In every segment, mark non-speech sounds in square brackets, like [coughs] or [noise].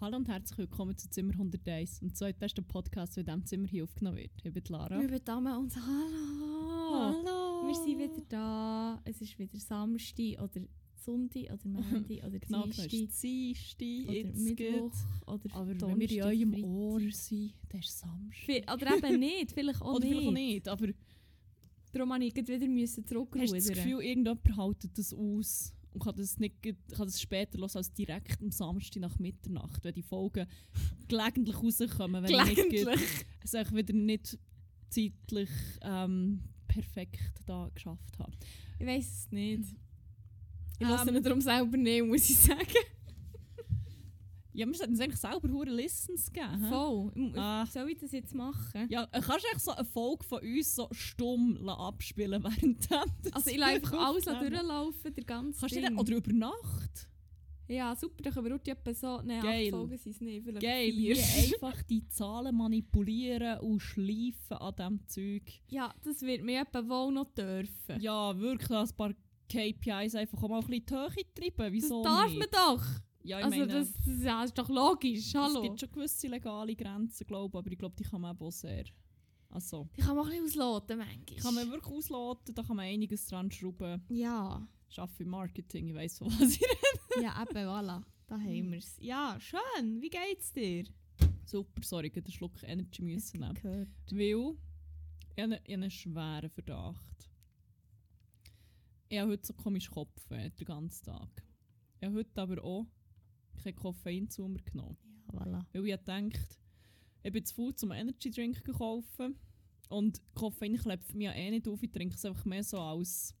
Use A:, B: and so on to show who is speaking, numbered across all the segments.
A: Hallo und herzlich willkommen zu Zimmer 101, dem zweitbesten Podcast, der in diesem Zimmer hier aufgenommen wird. Ich bin Lara. Ah,
B: Liebe Damen und Hallo!
A: Hallo!
B: Wir sind wieder da. Es ist wieder Samstag oder Sonntag oder
A: [laughs]
B: Montag oder
A: Genau, genau,
B: Dienstag
A: es ist Dienstag,
B: oder
A: jetzt
B: Mittwoch
A: geht's.
B: oder
A: Aber wenn wir in
B: Donnerstag,
A: eurem
B: Freitag. oh
A: Ohr sind, dann ist Samstag.
B: Vi-
A: [laughs]
B: Oder eben nicht, vielleicht auch
A: Oder
B: nicht.
A: vielleicht auch nicht, aber
B: Darum habe ich gerade wieder
A: hast
B: müssen
A: du das
B: zurückrudern.
A: Gefühl, irgendjemand haltet das aus und kann das, nicht, gleich- kann das später los als direkt am Samstag nach Mitternacht, wenn die Folgen gelegentlich rauskommen. Wenn ich nicht gleich- es auch wieder nicht zeitlich ähm, perfekt da geschafft habe.
B: Ich weiß es nicht. Ich
A: Ähm,
B: lasse ihn darum selber nicht, muss ich sagen.
A: Ja, wir sollten uns eigentlich selber hure Listens geben. hä?
B: Voll. Ich mu-
A: Ah.
B: Soll ich das jetzt machen?
A: Ja, äh, kannst du eigentlich so eine Folge von uns so stumm la- abspielen
B: [laughs]
A: während
B: Also ich lasse einfach alles durchlaufen, der ganze
A: Kannst du
B: Ding.
A: dann, oder über Nacht?
B: Ja, super, dann können wir heute etwa so... Nein,
A: Geil.
B: acht Folgen sind es nicht, vielleicht
A: Geil,
B: vier.
A: wie [laughs]
B: [laughs]
A: einfach die Zahlen manipulieren und schleifen an diesem Zeug.
B: Ja, das wird mir etwa wohl noch dürfen.
A: Ja, wirklich, ein paar KPIs einfach auch mal ein bisschen die Höhe treiben.
B: das
A: Wieso
B: darf
A: nicht?
B: man doch!
A: Ja, ich
B: Also
A: meine,
B: das, das ja, ist doch logisch,
A: Es
B: hallo.
A: gibt schon gewisse legale Grenzen, glaube ich, aber ich glaube, die kann man eben auch sehr... Also,
B: Ich kann mal ein bisschen ausloten manchmal.
A: kann man wirklich ausloten, da kann man einiges dran schrauben.
B: ja,
A: Ich arbeite im Marketing, ich weiss, von was ich
B: ja eben, voilà.
A: [laughs]
B: Da haben wir es. Ja, schön, wie geht's dir?
A: Super, sorry, ich hätte einen Schluck Energy müssen nehmen.
B: Gehört.
A: Weil ich habe einen, ich habe einen schweren Verdacht. Ich habe heute so komisch Kopfweh den ganzen Tag. Ich habe heute aber auch kein Koffein zu mir genommen.
B: Ja, voilà.
A: Weil ich gedacht, ich bin zu faul zum Energy Drink zu kaufen. Und Koffein klebt mir ja eh nicht auf, ich trinke es einfach mehr so als...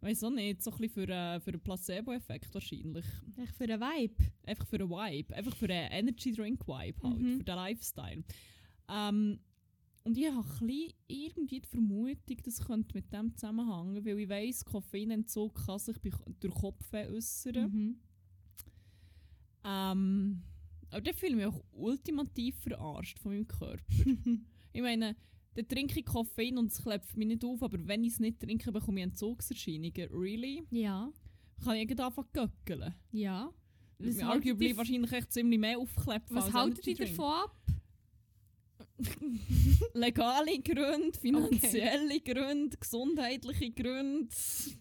A: Weiß auch nicht, so ein bisschen für, äh, für einen Placebo-Effekt wahrscheinlich.
B: Echt für einen Vibe.
A: Einfach für einen Vibe, einfach für einen Energy Drink Vibe halt,
B: Mhm.
A: für den Lifestyle. Ähm, und ich habe ein bisschen irgendwie die Vermutung, das könnte mit dem zusammenhängen, weil ich weiss, Koffeinentzug kann sich bei- also durch Kopfweh äußern.
B: Mhm.
A: Ähm, aber dann fühle ich mich auch ultimativ verarscht von meinem
B: [laughs]
A: Körper. ich meine, dann trinke ich Koffein und es klebt mich nicht auf, aber wenn ich es nicht trinke, bekomme ich Entzugserscheinungen. Really?
B: Ja,
A: Kann ich irgendwie anfangen zu göckeln?
B: ja. Was
A: Was
B: haltet
A: arguably
B: ihr-
A: wahrscheinlich echt ziemlich mehr aufklebt.
B: Was
A: als
B: haltet
A: Energy
B: ihr
A: Drink.
B: davon ab?
A: Legale Gründe, finanzielle Gründe, gesundheitliche Gründe.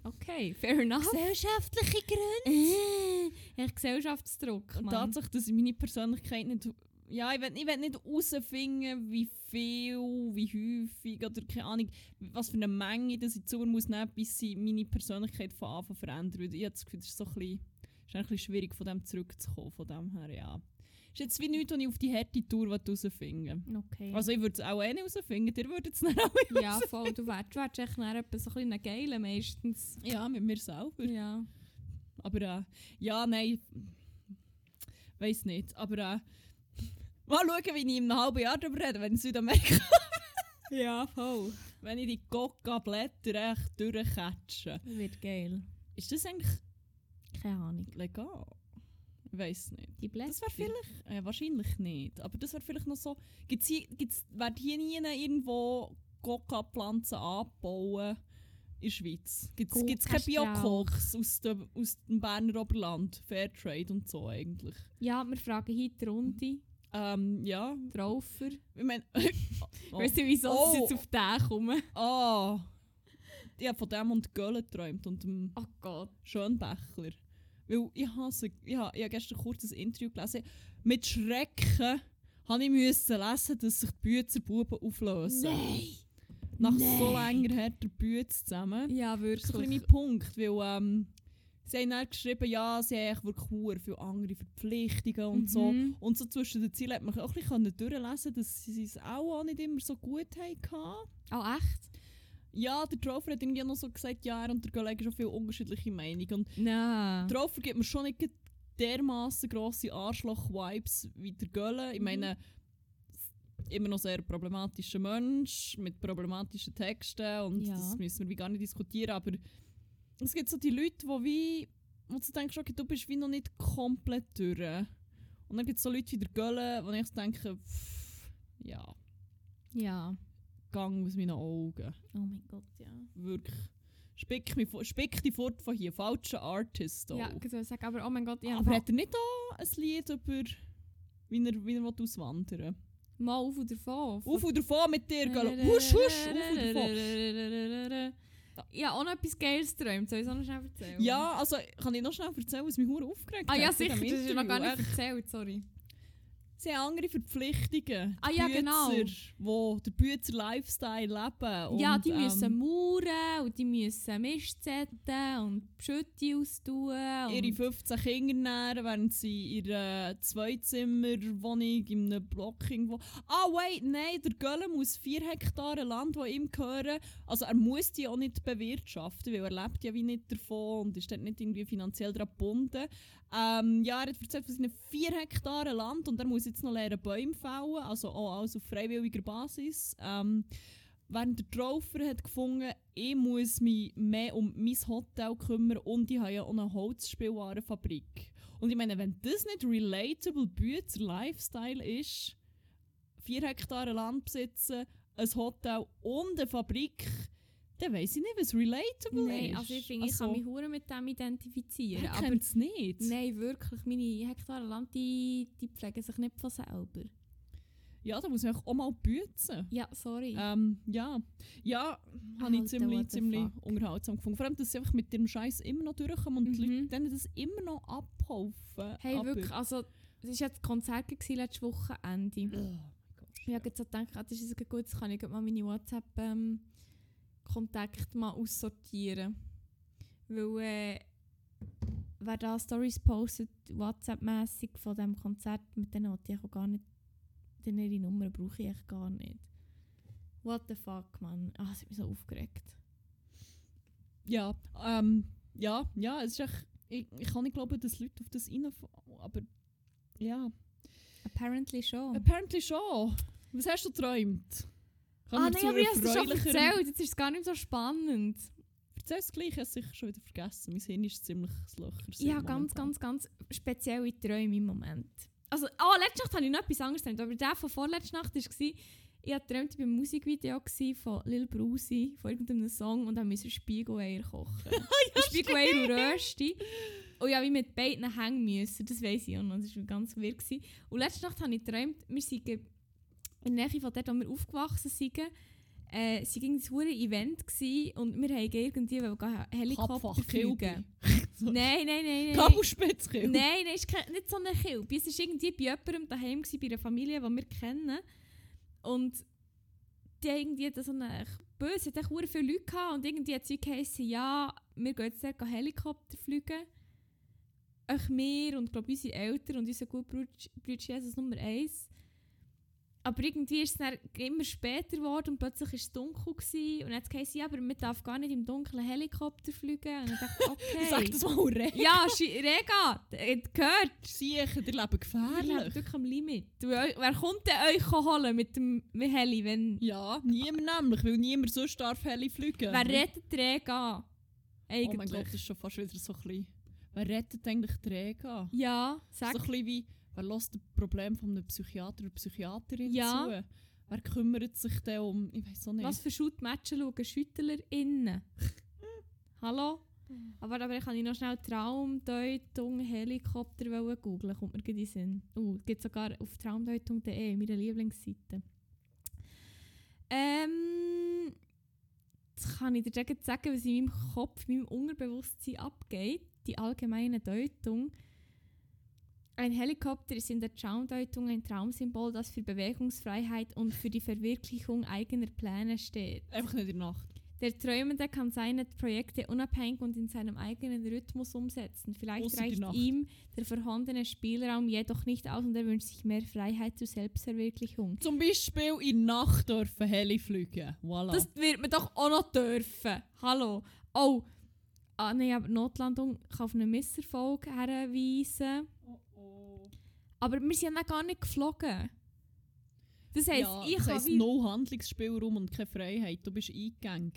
B: Okay, fair enough.
A: Gesellschaftliche Gründe.
B: Äh, echt Gesellschaftsdruck,
A: Und
B: Mann.
A: Tatsache, dass ich meine Persönlichkeit nicht. Ja, ich will, ich will nicht herausfinden, wie viel, wie häufig oder keine Ahnung, was für eine Menge dass ich zu mir muss nehmen, bis ich meine Persönlichkeit von Anfang an verändert. Weil ich habe das Gefühl, das ist so ein bisschen, ist ein bisschen schwierig, von dem zurückzukommen. Von dem her, ja. Ist jetzt wie nichts, was ich auf die harte Tour herausfinden
B: Okay.
A: will. Also ich würde es auch eh nicht herausfinden, ihr würdet es dann auch
B: ja, voll, du wärst, du wärst echt dann etwa so ein bisschen ein Geiler meistens.
A: Ja, mit mir selber.
B: Ja.
A: Aber äh, ja, nein. Weiß nicht. Aber äh, mal schauen, wie ich in einem halben Jahr darüber rede, wenn ich Südamerika. [laughs]
B: Ja, voll.
A: Wenn ich die Coca-Blätter echt durchcatche.
B: Wird geil.
A: Ist das eigentlich
B: Keine Ahnung.
A: legal? Weiß nicht.
B: Die Blätter.
A: Das wäre vielleicht. Äh, wahrscheinlich nicht. Aber das wäre vielleicht noch so. Gibt's hier, gibt's, werden hier nie irgendwo Coca-Pflanzen anbauen in der Schweiz? Gibt
B: Coca-Strauch.
A: es keine Bio-Koks aus, dem- aus dem Berner Oberland? Fairtrade und so eigentlich.
B: Ja, wir fragen hier die Runde,
A: Ähm, ja,
B: die Raufer.
A: ich [laughs] meine.
B: Oh.
A: oh.
B: Weißt du, wieso
A: Oh.
B: sie jetzt auf den kommen?
A: oh. Ich habe von dem und Göllen geträumt und dem
B: Oh Gott.
A: Schönbächler. Weil ich habe ich ha, ich ha gestern kurz ein Interview gelesen. Mit Schrecken habe ich müssen lesen, dass sich die Bützerbuben auflösen.
B: Nein!
A: Nach so
B: nein.
A: länger härter Bütz zusammen.
B: Ja, Mhm.
A: Das ist so ein bisschen
B: wirklich.
A: mein Punkt, weil ähm, sie haben dann geschrieben, ja, sie haben eigentlich wirklich verdammt viele andere Verpflichtungen und so.
B: Mhm.
A: Und so zwischen den Zielen hat man auch ein bisschen durchlesen dass sie es auch nicht immer so gut hatten.
B: Oh, echt?
A: Ja, der Trofer hat irgendwie noch so gesagt, ja, er und der Kollege haben schon viele unterschiedliche Meinungen. Und der
B: Nein.
A: Trofer gibt mir schon nicht dermaßen grosse Arschloch-Vibes wie der Gölle. Ich
B: Mhm.
A: meine, immer noch sehr problematischer Mensch mit problematischen Texten und
B: Ja.
A: das müssen wir wie gar nicht diskutieren. Aber es gibt so die Leute, die wie, wo du denkst, okay, du bist wie noch nicht komplett durch. Und dann gibt es so Leute wie der Gölle, wo ich so denke, pff, ja,
B: Ja.
A: Gang aus meinen Augen.
B: Oh mein Gott, ja.
A: Wirklich. Spick, mich, fu- spick dich fort von hier. Falscher Artist.
B: Ja,
A: auch.
B: ich soll sagen, aber oh mein Gott, ich
A: Aber
B: habe
A: hat er nicht auch ein Lied über wie er, wie er will auswandern will.
B: Mal auf und davon.
A: Auf und davon mit dir, gell? Husch, husch, auf und davon.
B: davon. Ja, auch noch etwas Geiles träumt. Soll ich es auch noch schnell erzählen?
A: Ja, also kann ich noch schnell erzählen, was mich hure aufgeregt
B: Ah ja,
A: hat bei
B: sicher,
A: diesem
B: das ist noch gar
A: Interview.
B: nicht erzählt, sorry.
A: Sie haben andere Verpflichtungen.
B: Ah ja,
A: Bützer,
B: genau.
A: Wo der Bützer Lifestyle leben. Und,
B: ja, die müssen
A: ähm,
B: mauern und die müssen Mist setzen und Schütte austun.
A: ihre
B: und
A: 15 Kinder nähren, während sie ihre Zweizimmerwohnung in einem Block irgendwo. Ah, wait, nein, der Göller muss 4 Hektare Land, die ihm gehören. Also er muss die auch nicht bewirtschaften, weil er lebt ja wie nicht davon und ist dort nicht irgendwie finanziell daran gebunden. Ähm, ja, er hat erzählt von seinen 4 Hektaren Land und er muss jetzt noch lernen Bäume fällen, also auch alles auf freiwilliger Basis. Ähm, während der Traufer hat gefunden, ich muss mich mehr um mein Hotel kümmern und ich habe ja auch eine Holzspielwarenfabrik. Und ich meine, wenn das nicht relatable Bützer Lifestyle ist, 4 Hektare Land besitzen, ein Hotel und eine Fabrik, dann weiss ich nicht, was relatable ist.
B: Nein, also ich finde, ich kann mich hure mit dem identifizieren.
A: er
B: Aber
A: kennt es nicht.
B: nein, wirklich, meine Hektare Land, die, die pflegen sich nicht von selber.
A: Ja, da muss man auch mal büzen.
B: Ja, sorry.
A: Ähm, ja, ja habe
B: Alter,
A: ich ziemlich,
B: what Halt the
A: ziemlich
B: fuck.
A: unterhaltsam gefunden. Vor allem, dass sie einfach mit dem Scheiß immer noch durchkommen und die
B: Mhm.
A: Leute denen das immer noch abkaufen.
B: hey,
A: Aber-
B: wirklich, also, es war ja das Konzert gewesen letztes Wochenende.
A: Oh mein Gott.
B: Ich habe jetzt so gedacht, ah, das ist jetzt gut, jetzt kann ich gleich mal meine WhatsApp-Kontakte mal aussortieren. Weil, äh, wer da Stories postet, WhatsApp-mässig von diesem Konzert, mit denen will ich auch gar nicht, denen ihre Nummer brauche ich echt gar nicht. What the fuck, Mann. Ah, das hat mich so aufgeregt.
A: Ja, ähm, ja, ja, es ist echt, ich, ich kann nicht glauben, dass Leute auf das reinfallen, aber ja.
B: Apparently schon.
A: Apparently schon. Was hast du geträumt? Kommen
B: ah
A: wir
B: nein,
A: zu
B: aber ich habe es schon
A: erfreulicherem-
B: erzählt, jetzt ist es gar nicht so spannend.
A: Erzähl es gleich, ich habe es sicher schon wieder vergessen. Mein Hirn ist ziemlich das Löcher.
B: Ich habe ganz, ganz, ganz spezielle Träume im Moment. Also, ah, letzte Nacht habe ich noch etwas anderes geträumt, aber der von vorletzter Nacht war, ich habe geträumt, ich war im Musikvideo gsi von Lil Brusi, von irgendeinem Song, und habe müssen Spiegeleier kochen. Spiegeleier und Rösti. Und ja, wie mit beiden hängen müssen, das weiss ich auch noch, das war ganz wirr. gsi. Und letzte Nacht habe ich geträumt, wir sind in der Nähe von dort, wo wir aufgewachsen sind, äh, sie ging ein hure Event gsi und wir haben irgendwie wollen gehen Helikopter fliegen. Nein, nein, nein, nein.
A: Kabelspitzkühl.
B: Nein, nein, es ist kein- nicht so eine Kilbe. Es war irgendwie bei jemandem daheim, gewesen, bei einer Familie, die wir kennen. Und die haben irgendwie da so eine böse, hat echt verdammt viele Leute gehabt und irgendwie hat sie geheißen, ja, wir gehen jetzt dort Helikopter fliegen. Auch wir und glaube unsere Eltern und unser guter Bruder Bruder Jesus Nummer 1. Aber irgendwie ist es dann immer später geworden und plötzlich war es dunkel. Gewesen. Und dann hat es geheißen, ja, aber man darf gar nicht im Dunkeln Helikopter fliegen. Und
A: [laughs]
B: ich dachte, okay.
A: Sag das mal recht.
B: Ja, Schi- Rega, ihr habt gehört.
A: Sicher, die leben
B: Wir leben
A: gefährlich.
B: wirklich am Limit. Du, eu- wer kommt denn euch holen mit dem mit Heli? Wenn,
A: Ja, niemand nämlich, weil niemand sonst darf Heli fliegen.
B: Wer rettet Rega?
A: Oh mein
B: Eigentlich.
A: Gott, das ist schon fast wieder so ein bisschen... Wer rettet eigentlich die Rega?
B: ja,
A: So ein
B: sag.
A: bisschen wie, wer lässt das Problem von einem Psychiater oder Psychiaterin
B: Ja.
A: zu? Wer kümmert sich denn um... Ich weiß auch nicht.
B: Was für Schuttmatchen schauen SchüttlerInnen? Hallo? Aber, aber ich kann noch schnell Traumdeutung Helikopter wollen googlen, kommt mir gerade in den Sinn. Uh, gibt sogar auf traumdeutung.de, meiner Lieblingsseite. Ähm, jetzt kann ich dir direkt sagen, was in meinem Kopf, in meinem Unterbewusstsein abgeht, die allgemeine Deutung. Ein Helikopter ist in der Traumdeutung ein Traumsymbol, das für Bewegungsfreiheit und für die Verwirklichung eigener Pläne steht.
A: Einfach nicht in der Nacht.
B: Der Träumende kann seine Projekte unabhängig und in seinem eigenen Rhythmus umsetzen. Vielleicht
A: Ausser die
B: reicht
A: Nacht.
B: ihm der vorhandene Spielraum jedoch nicht aus und er wünscht sich mehr Freiheit zur Selbstverwirklichung.
A: Zum Beispiel in der Nacht dürfen Heli fliegen. Voilà.
B: Das wird man doch auch noch dürfen. Hallo. Oh, ah, nein, aber Notlandung kann auf einen Misserfolg hinweisen.
A: oh, oh.
B: Aber wir sind ja noch gar nicht geflogen. Das heisst,
A: ja,
B: ich
A: das
B: habe
A: heisst,
B: wie-
A: no Handlungsspielraum und keine Freiheit. Du bist eingegangen.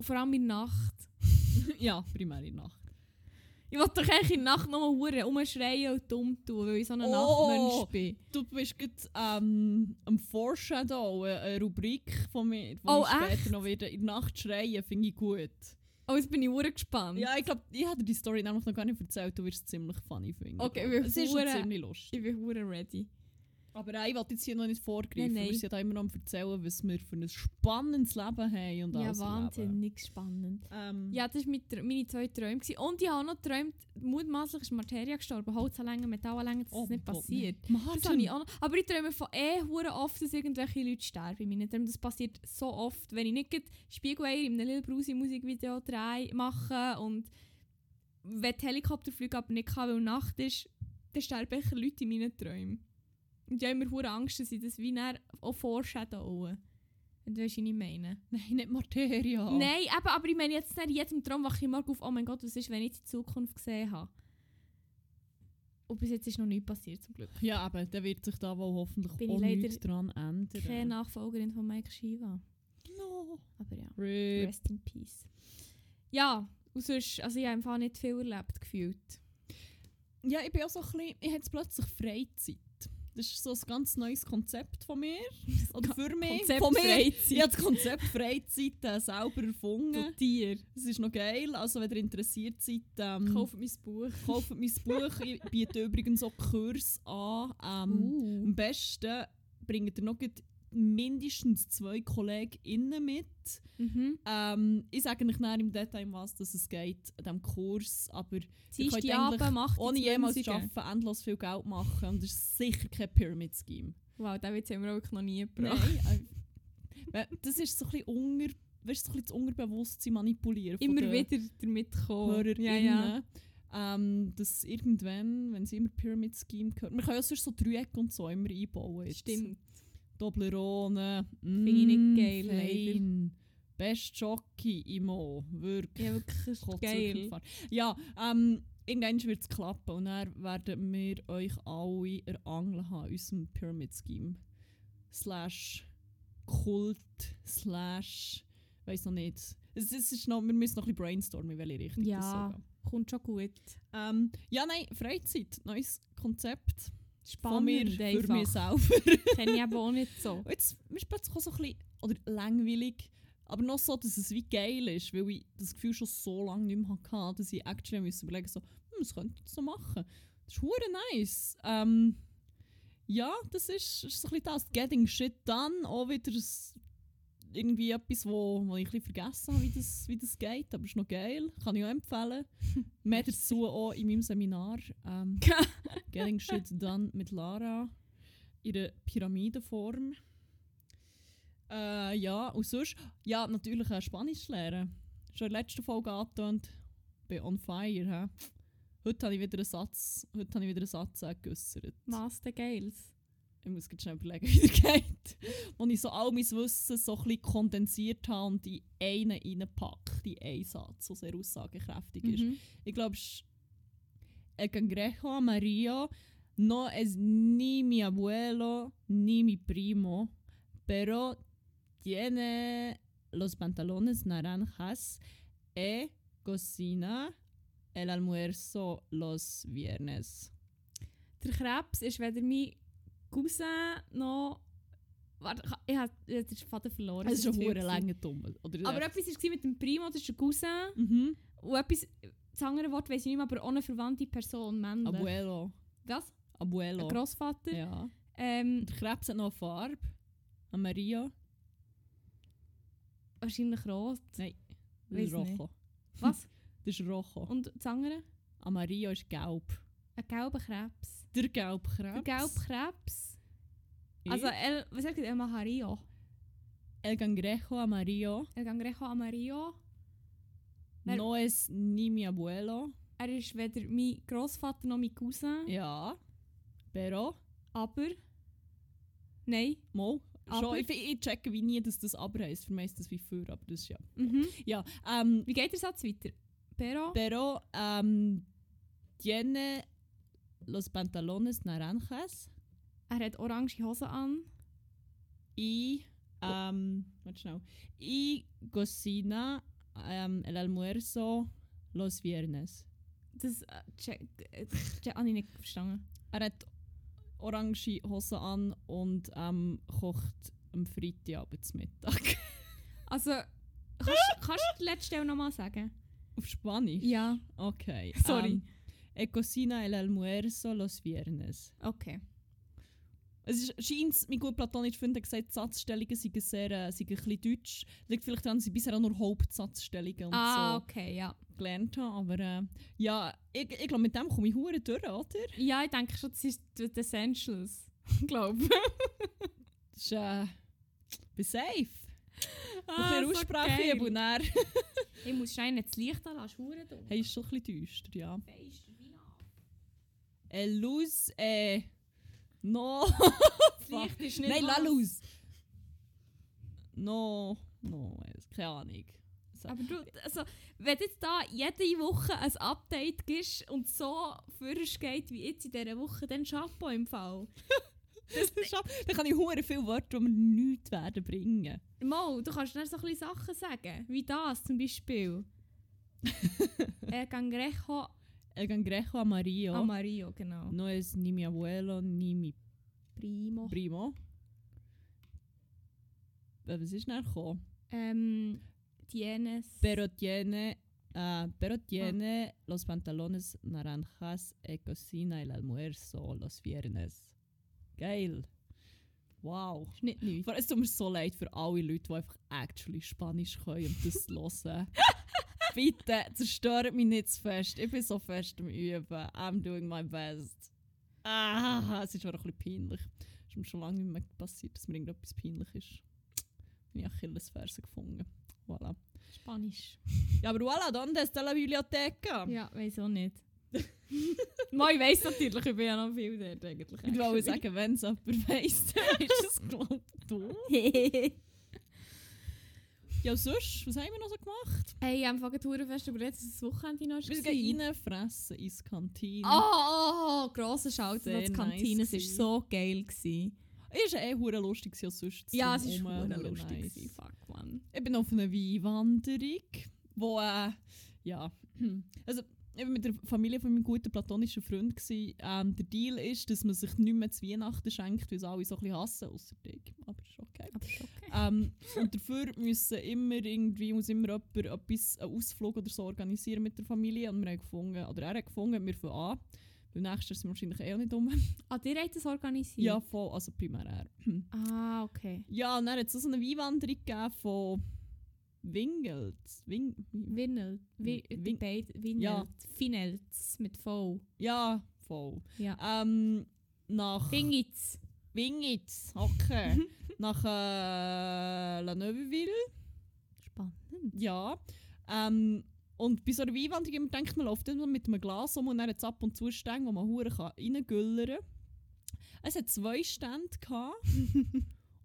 B: vor allem in der Nacht.
A: [laughs] ja, primär in der Nacht.
B: Ich will doch eigentlich in der Nacht nochmal Huren umschreien und dumm tun, weil ich so ein
A: Oh.
B: Nachtmensch bin.
A: Du bist gerade ähm, am Foreshadow, eine, eine Rubrik von mir, die
B: Oh,
A: ich später noch wieder in der Nacht schreien, finde ich gut.
B: Oh, jetzt bin ich hure gespannt.
A: Ja, ich glaube, ich hatte die Story nämlich noch gar nicht erzählt, du wirst es ziemlich funny finden.
B: Okay,
A: glaub.
B: wir
A: Es ist schon
B: fuhren-
A: ziemlich lustig.
B: Ich bin hure ready.
A: Aber auch, ich wollte jetzt hier noch nicht vorgreifen.
B: Nein, nein.
A: Wir sind ja da immer noch am erzählen, was wir für ein spannendes Leben haben und
B: Ja,
A: alles
B: Wahnsinn,
A: erleben.
B: nichts spannend.
A: Ähm,
B: Ja, das waren meine, meine zwei Träume. Gewesen. Und ich habe auch noch geträumt, mutmaßlich ist Materia gestorben. Holz anlängen, Metall anlängen, dass das nicht
A: oh Gott,
B: passiert.
A: nein.
B: Ah, Das habe
A: Martin,
B: ich auch noch. Aber ich träume von eh hure oft, dass irgendwelche Leute sterben in meinen Träumen. Das passiert so oft, wenn ich nicht gerade Spiegeleier in einem Lil Brusi Musikvideo drei mache und wenn die Helikopterflüge aber nicht kann, weil Nacht ist, dann sterben echt Leute in meinen Träumen. Und ich habe immer hure Angst, dass ich das wie näher auch foreshadowen. Wenn du weißt, was ich meine.
A: nein, nicht Materia.
B: Nein, eben, aber ich meine jetzt nicht in jedem Traum wache ich morgen auf, oh mein Gott, was ist, wenn ich die Zukunft gesehen habe. Und bis jetzt ist noch nichts passiert, zum Glück.
A: Ja, aber dann wird sich da wohl hoffentlich
B: Bin ich
A: auch
B: leider
A: nichts dran ändern.
B: Keine Nachfolgerin von Mike Shiva.
A: No.
B: Aber ja,
A: Rip.
B: rest in peace. Ja, und sonst, also ich habe einfach nicht viel erlebt gefühlt.
A: Ja, ich bin auch so ein bisschen, ich habe jetzt plötzlich Freizeit. Das ist so ein ganz neues Konzept von
B: [laughs]
A: mir. Oder für mich. von mir. Ich habe das Konzept Freizeit äh, selber erfunden.
B: dir.
A: Es ist noch geil. Also wenn ihr interessiert seid, ähm,
B: Kauft mein Buch.
A: kauft mein Buch.
B: [laughs]
A: Ich biete übrigens auch Kurs an.
B: Uh.
A: Ähm,
B: Mhm.
A: Am besten bringt ihr noch gleich mindestens zwei KollegInnen mit.
B: Mhm.
A: Ähm, ich sage euch nachher im Detail, um was dass es geht, an diesem Kurs. Aber
B: Sie ist
A: könnt
B: die
A: eigentlich
B: Abend, macht
A: ohne
B: die
A: jemals zu
B: Zwanziger.
A: arbeiten, endlos viel Geld machen. Und es ist sicher kein Pyramid-Scheme.
B: Wow, den Witz haben wir auch noch nie gebracht.
A: Nein. äh, das ist so ein bisschen unter, weißt, du, so ein bisschen das Unterbewusstsein manipulieren. von
B: Immer
A: den
B: wieder damit kommen.
A: HörerInnen.
B: Ja, ja.
A: Ähm, dass irgendwann, wenn sie immer Pyramid Scheme hören, wir können ja sonst so Dreiecke und so immer einbauen. Jetzt.
B: Stimmt.
A: Toblerone. Finde
B: ich nicht geil,
A: Best Jockey Imo. Wirklich.
B: Ja, wirklich ist
A: Kotz wirklich
B: geil.
A: gefahren. Ja, ähm, irgendwann wird es klappen und dann werden wir euch alle erangeln haben, in unserem Pyramid Scheme. Slash Kult, slash, weiß noch nicht. Es, es ist noch, wir müssen noch ein bisschen brainstormen, in welche Richtung das
B: Ja.
A: soll gehen.
B: Kommt schon gut.
A: ähm, Ja, nein, Freizeit, neues Konzept. von mir,
B: Spannend
A: für mich
B: einfach.
A: selber.
B: Kenne ich aber auch nicht so.
A: [laughs] Und jetzt ist plötzlich auch so ein bisschen, oder langweilig, aber noch so, dass es wie geil ist, weil ich das Gefühl schon so lange nicht mehr hatte, dass ich actually müssen überlegen so, hm, was könnte ich jetzt noch machen? Das ist hure nice. Ähm, ja, das ist, ist so ein bisschen das. Getting shit done, auch wieder ein, irgendwie etwas, wo, wo ich ein bisschen vergessen habe, wie das, wie das geht, aber ist noch geil. Kann ich auch empfehlen. Mehr dazu auch in meinem Seminar. Ähm, Getting shit done mit Lara. Ihre Pyramidenform. Äh, ja, und sonst, ja, natürlich äh, Spanisch lernen. Schon in der letzten Folge angetönt. Bin on fire, hä? Heute habe ich wieder einen Satz, heute habe ich wieder einen Satz äh, geäussert.
B: Was denn Geiles?
A: Ich muss jetzt schnell überlegen, [laughs] wie der geht. Wo ich so all mein Wissen so ein bisschen kondensiert habe und in einen reinpacke, in einen Satz, der sehr aussagekräftig ist.
B: Mhm.
A: Ich glaube, el cangrejo amarillo no es ni mi abuelo ni mi primo, pero tiene los pantalones naranjas y cocina el almuerzo los viernes.
B: Der Krebs ist weder mein Cousin noch. Warte, ich ha- ich habe den Vater verloren.
A: Es ist
B: war
A: ein
B: zu viel
A: hure
B: gewesen.
A: lange dumm. Oder
B: Aber etwas war mit dem Primo, das ist der Cousin.
A: mhm.
B: Und etwas, das andere Wort weiß ich nicht mehr, aber ohne verwandte Person, Männer.
A: Abuelo.
B: Was? Ein
A: Abuelo.
B: Grossvater.
A: Ja.
B: Ähm,
A: Der Krebs hat noch eine Farbe. Amarillo.
B: wahrscheinlich rot.
A: Nein. Das
B: Weiss
A: ist
B: nicht.
A: Rojo. [laughs]
B: Was?
A: Das ist Rojo.
B: Und das andere?
A: Amarillo ist gelb.
B: Ein gelber Krebs.
A: Der Gelbkrebs.
B: Der gelbe Krebs. Also, El, was sagt ihr? El Mahario.
A: El Cangrejo Amarillo.
B: El Cangrejo Amarillo. Wer-
A: No es ni mi abuelo.
B: Er ist weder mein Grossvater noch mein Cousin.
A: Ja. Pero.
B: Aber. Nein.
A: Mo. Schon,
B: Aber-
A: ich, ich checke wie nie, dass das aber heisst. Für mich ist das wie für, aber das ist ja.
B: Mhm.
A: Ja. Ähm,
B: Wie geht der Satz weiter? Pero.
A: pero ähm, tiene los pantalones naranjas
B: er hat orange Hosen an.
A: y. Ähm, warte schnell. Y cocina ähm, el almuerzo los viernes.
B: Das äh, check, äh, check, habe ich nicht verstanden.
A: Er hat orange Hosen an und ähm, kocht am Freitagabend zu Mittag. [laughs]
B: Also, kannst, kannst du die letzte Stelle nochmal sagen?
A: Auf Spanisch?
B: Ja. [laughs]
A: Okay.
B: Sorry.
A: Ähm, e cocina el almuerzo los viernes.
B: Okay.
A: Es ist, scheint, mein guter platonischer Freund hat gesagt, die Satzstellungen seien, sehr, äh, seien ein bisschen deutsch. Liegt vielleicht daran, dass ich bisher auch nur Hauptsatzstellungen und
B: ah,
A: so
B: okay, ja.
A: gelernt habe. Aber äh, ja, ich, ich glaube, mit dem komme ich hure durch, oder?
B: Ja, ich denke schon, das ist die die Essentials. [laughs] glaube.
A: Das ist, äh, bin safe. [laughs]
B: Ah,
A: Ein bisschen
B: so
A: Aussprache
B: geil.
A: und dann
B: Ich muss scheinen das Licht anlassen, hure dunkel.
A: hey, ist schon ein bisschen düster, ja.
B: Weisst du, wie nah?
A: Äh, Luz, äh, no.
B: Das Licht ist nicht
A: Nein,
B: alles.
A: la Luz. No, no, äh, keine Ahnung.
B: Aber du, also, wenn du jetzt da jede Woche ein Update gibst und so vorwärts geht wie jetzt in dieser Woche, dann Chapeau im Fall.
A: Das ist ab- Dann kann ich hure viele Wörter, die mir nichts werden bringen.
B: Mo, du kannst dann so ein bisschen Sachen sagen, wie das zum
A: [laughs]
B: Beispiel. El Cangrejo
A: El cangrejo amarillo
B: Amarillo, genau.
A: no es ni mi abuelo ni mi
B: Primo.
A: primo. Äh, Was ist denn gekommen?
B: Ähm, tienes.
A: Pero tiene, äh,
B: Ah.
A: pero tiene los pantalones naranjas y cocina el almuerzo los viernes. Geil. Wow.
B: ist nicht nichts.
A: Vor- Es tut mir so leid für alle Leute, die einfach actually Spanisch können und
B: [laughs]
A: das hören. Bitte zerstört mich nicht zu fest. Ich bin so fest am Üben. I'm doing my best. Ah, es ist auch ein bisschen peinlich. Es ist mir schon lange nicht mehr passiert, dass mir irgendetwas peinlich ist. Meine Achillesferse gefunden. Voilà.
B: Spanisch.
A: Ja, aber voilà, donde está la biblioteca?
B: Ja, weiß
A: [laughs]
B: auch nicht. Mo, ich weiss natürlich, ich bin ja noch viel dort eigentlich.
A: Ich wollte
B: [laughs]
A: sagen, wenn es jemand weiss, dann ist es glaube ich du.
B: sagen.
A: Ja, sonst, was haben wir noch so gemacht?
B: Hey, ich habe einfach gerade fest überlegt, dass das Wochenende noch
A: Wir
B: war.
A: gehen reinfressen ins Kantine.
B: Oh, oh, oh grosser Shoutout
A: Sehr
B: an die
A: nice
B: Kantine. es war
A: gewesen.
B: so geil. Gewesen.
A: Ist ja eh hure lustig gewesen, als sonst.
B: Ja, es
A: zum
B: war
A: Rum,
B: hure
A: hure
B: lustig.
A: nice.
B: Gewesen. Fuck, man.
A: Ich bin auf einer Weinwanderung, wo äh, ja, [clears throat] also ich war mit der Familie von meinem guten platonischen Freund gsi. Ähm, der Deal ist, dass man sich nicht mehr zu Weihnachten schenkt, weil es alle so ein bisschen hassen, außer dich. Aber ist okay.
B: Aber ist okay.
A: ähm, und dafür müssen immer irgendwie, muss immer jemand etwas, einen Ausflug oder so organisieren mit der Familie. Und wir haben gefunden, oder er hat gefunden, wir fangen an. Weil nächstes Jahr sind wir wahrscheinlich eh auch nicht um.
B: Ah, dir habt das organisiert?
A: Ja, voll, also primär er.
B: Ah, okay.
A: Ja, und dann hat es auch so eine Weinwanderung gegeben von Wingelt. Wing
B: Winnelt. Wi-
A: Win-
B: die beiden- Winnelt.
A: Ja.
B: Finelz mit V.
A: ja, voll.
B: Ja.
A: Ähm, nach
B: Fingitz.
A: Winget, okay.
B: [laughs]
A: nach äh, La Neuveville,
B: Spannend.
A: ja. Ähm, und bei so einer Weinwanderung immer denkt man, läuft immer mit einem Glas um und dann hat es ab und zu Stände, wo man hure kann reingüllern kann. Es hat zwei Stände
B: [laughs]
A: gehabt,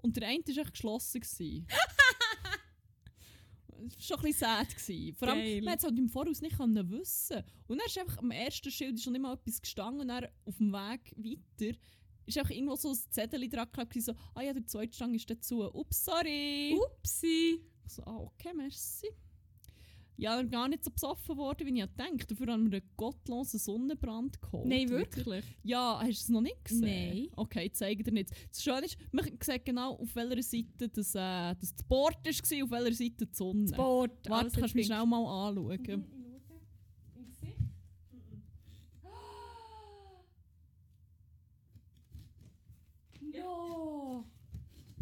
A: und der eine war echt geschlossen. gewesen. Es war schon ein bisschen sad. Gewesen. Vor allem,
B: Geil.
A: man hat es halt im Voraus nicht können wissen Und dann ist einfach am ersten Schild ist schon immer etwas gestanden und dann auf dem Weg weiter ist einfach irgendwo so ein Zettel dran geklebt, gewesen, so, ah ja, der zweite Stang ist dazu. Ups, sorry.
B: Upsi.
A: Ich so, ah, okay, merci. Ja, dann gar nicht so besoffen worden, wie ich gedacht Dafür haben wir einen gottlosen Sonnenbrand geholt.
B: Nein, wirklich.
A: Ja, hast du es noch nicht gesehen?
B: Nein.
A: Okay, ich zeige dir nicht. Das Schöne ist, man sieht genau, auf welcher Seite das, äh, das Board war, auf welcher Seite die Sonne.
B: Sport.
A: Warte, kannst du mich schnell mal
B: Mhm.
A: anschauen.
B: schnell.
A: [laughs]
B: No!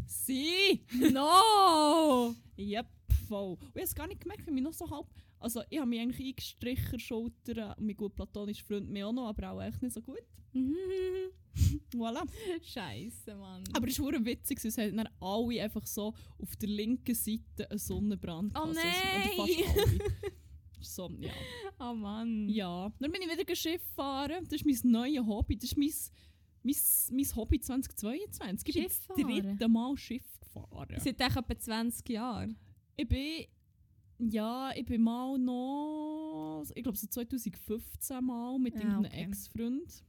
A: Sie! [laughs]
B: No!
A: Yep, voll. Und ich habe es gar nicht gemerkt, weil mich noch so halb... Also, ich habe mich eigentlich eingestrichen, Schultern, und mein gut platonischer Freund mich auch noch, aber auch echt nicht so gut. Voilà.
B: Scheiße, Mann.
A: Aber es war verdammt witzig, es haben dann alle einfach so auf der linken Seite einen Sonnenbrand
B: Oh
A: gehabt, so-
B: nein!
A: Oder fast alle.
B: [laughs]
A: so, ja.
B: oh Mann.
A: ja. Dann bin ich wieder Schiff fahren. Das ist mein neues Hobby. Das ist mein, mein, mein Hobby 2022. Ich bin
B: Schiff
A: das
B: fahren?
A: dritte Mal Schiff gefahren.
B: Seit echt etwa 20 Jahren.
A: Ich bin... Ja, ich bin mal noch... Ich glaube so 2015 mal mit
B: Ah,
A: irgendeinem
B: okay.
A: Ex-Freund.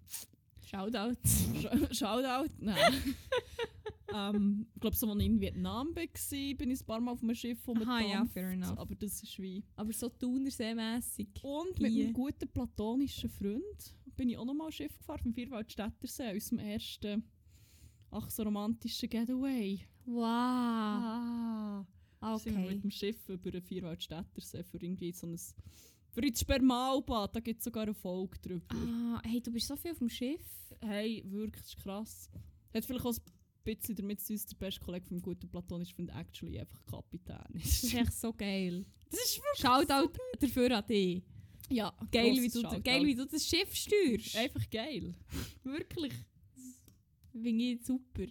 B: Shoutout.
A: Sch- Shoutout? Nein. ähm, ich glaube, so, als ich in Vietnam war, bin ich ein paar Mal auf einem Schiff
B: Ah, ja,
A: rumgetanzt.
B: fair enough.
A: Aber das ist wie...
B: Aber so Thunersee-mässig.
A: Und mit
B: Ie.
A: einem guten platonischen Freund bin ich auch nochmal Schiff gefahren, vom Vierwaldstättersee, unserem ersten, ach so romantischen Getaway.
B: Wow.
A: Ah.
B: Ah,
A: Sind wir
B: okay.
A: mit dem Schiff über den Vierwaldstättersee für irgendwie so ein... Für ins Spermalbad, da gibt es sogar eine Folge drüber.
B: Ah, hey, du bist so viel auf dem Schiff.
A: Hey, wirklich, das ist krass. Hast du Hat vielleicht auch ein bisschen damit zu tun, dass der beste Kollege vom guten platonischen Freund actually einfach Kapitän
B: Das ist
A: ist.
B: echt so geil.
A: [laughs] das ist wirklich
B: Shoutout dafür an dich.
A: Ja,
B: Geil
A: grosses
B: wie, du,
A: Shoutout.
B: geil, wie du das Schiff steuerst.
A: Einfach geil. [laughs]
B: Wirklich. Das Finde ich super.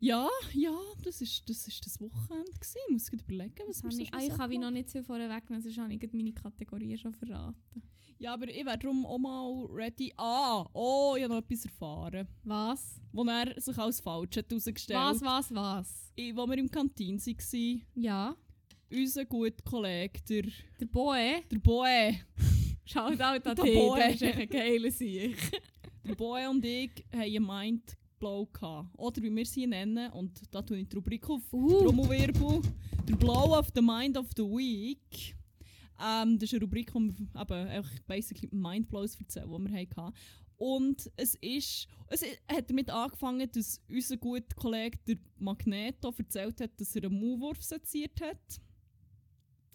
A: Ja, ja, das war ist, das, ist das Wochenende. Gewesen. Ich muss gerade überlegen, was
B: Das habe
A: wir
B: ich,
A: so
B: ah, ich
A: für
B: habe
A: Sachen
B: ich noch nicht so vorweggenommen, sonst habe ich gerade meine Kategorie schon verraten.
A: Ja, aber ich wäre darum auch mal ready. Ah, oh, ich habe noch etwas erfahren.
B: Was?
A: Wo er sich als falsch hat herausgestellt
B: Was,
A: hat.
B: was, was?
A: Als wir im Kantin waren,
B: Ja.
A: unser guter Kollege, der,
B: Der Boe.
A: der Boe,
B: Shoutout an
A: Der
B: dich. Du
A: Boe.
B: bist echt ein geiler Sieg.
A: der Boe und ich haben einen Mindblow gehabt. Oder wie wir sie nennen, und da tue ich die Rubrik auf.
B: Uh.
A: Promowirbel. Der Blow of the Mind of the Week. Ähm, das ist eine Rubrik, wo wir eben einfach basically Mindblows erzählen, die wir hatten. Und es ist, es i- hat damit angefangen, dass unser guter Kollege der Magneto erzählt hat, dass er einen Maulwurf seziert hat.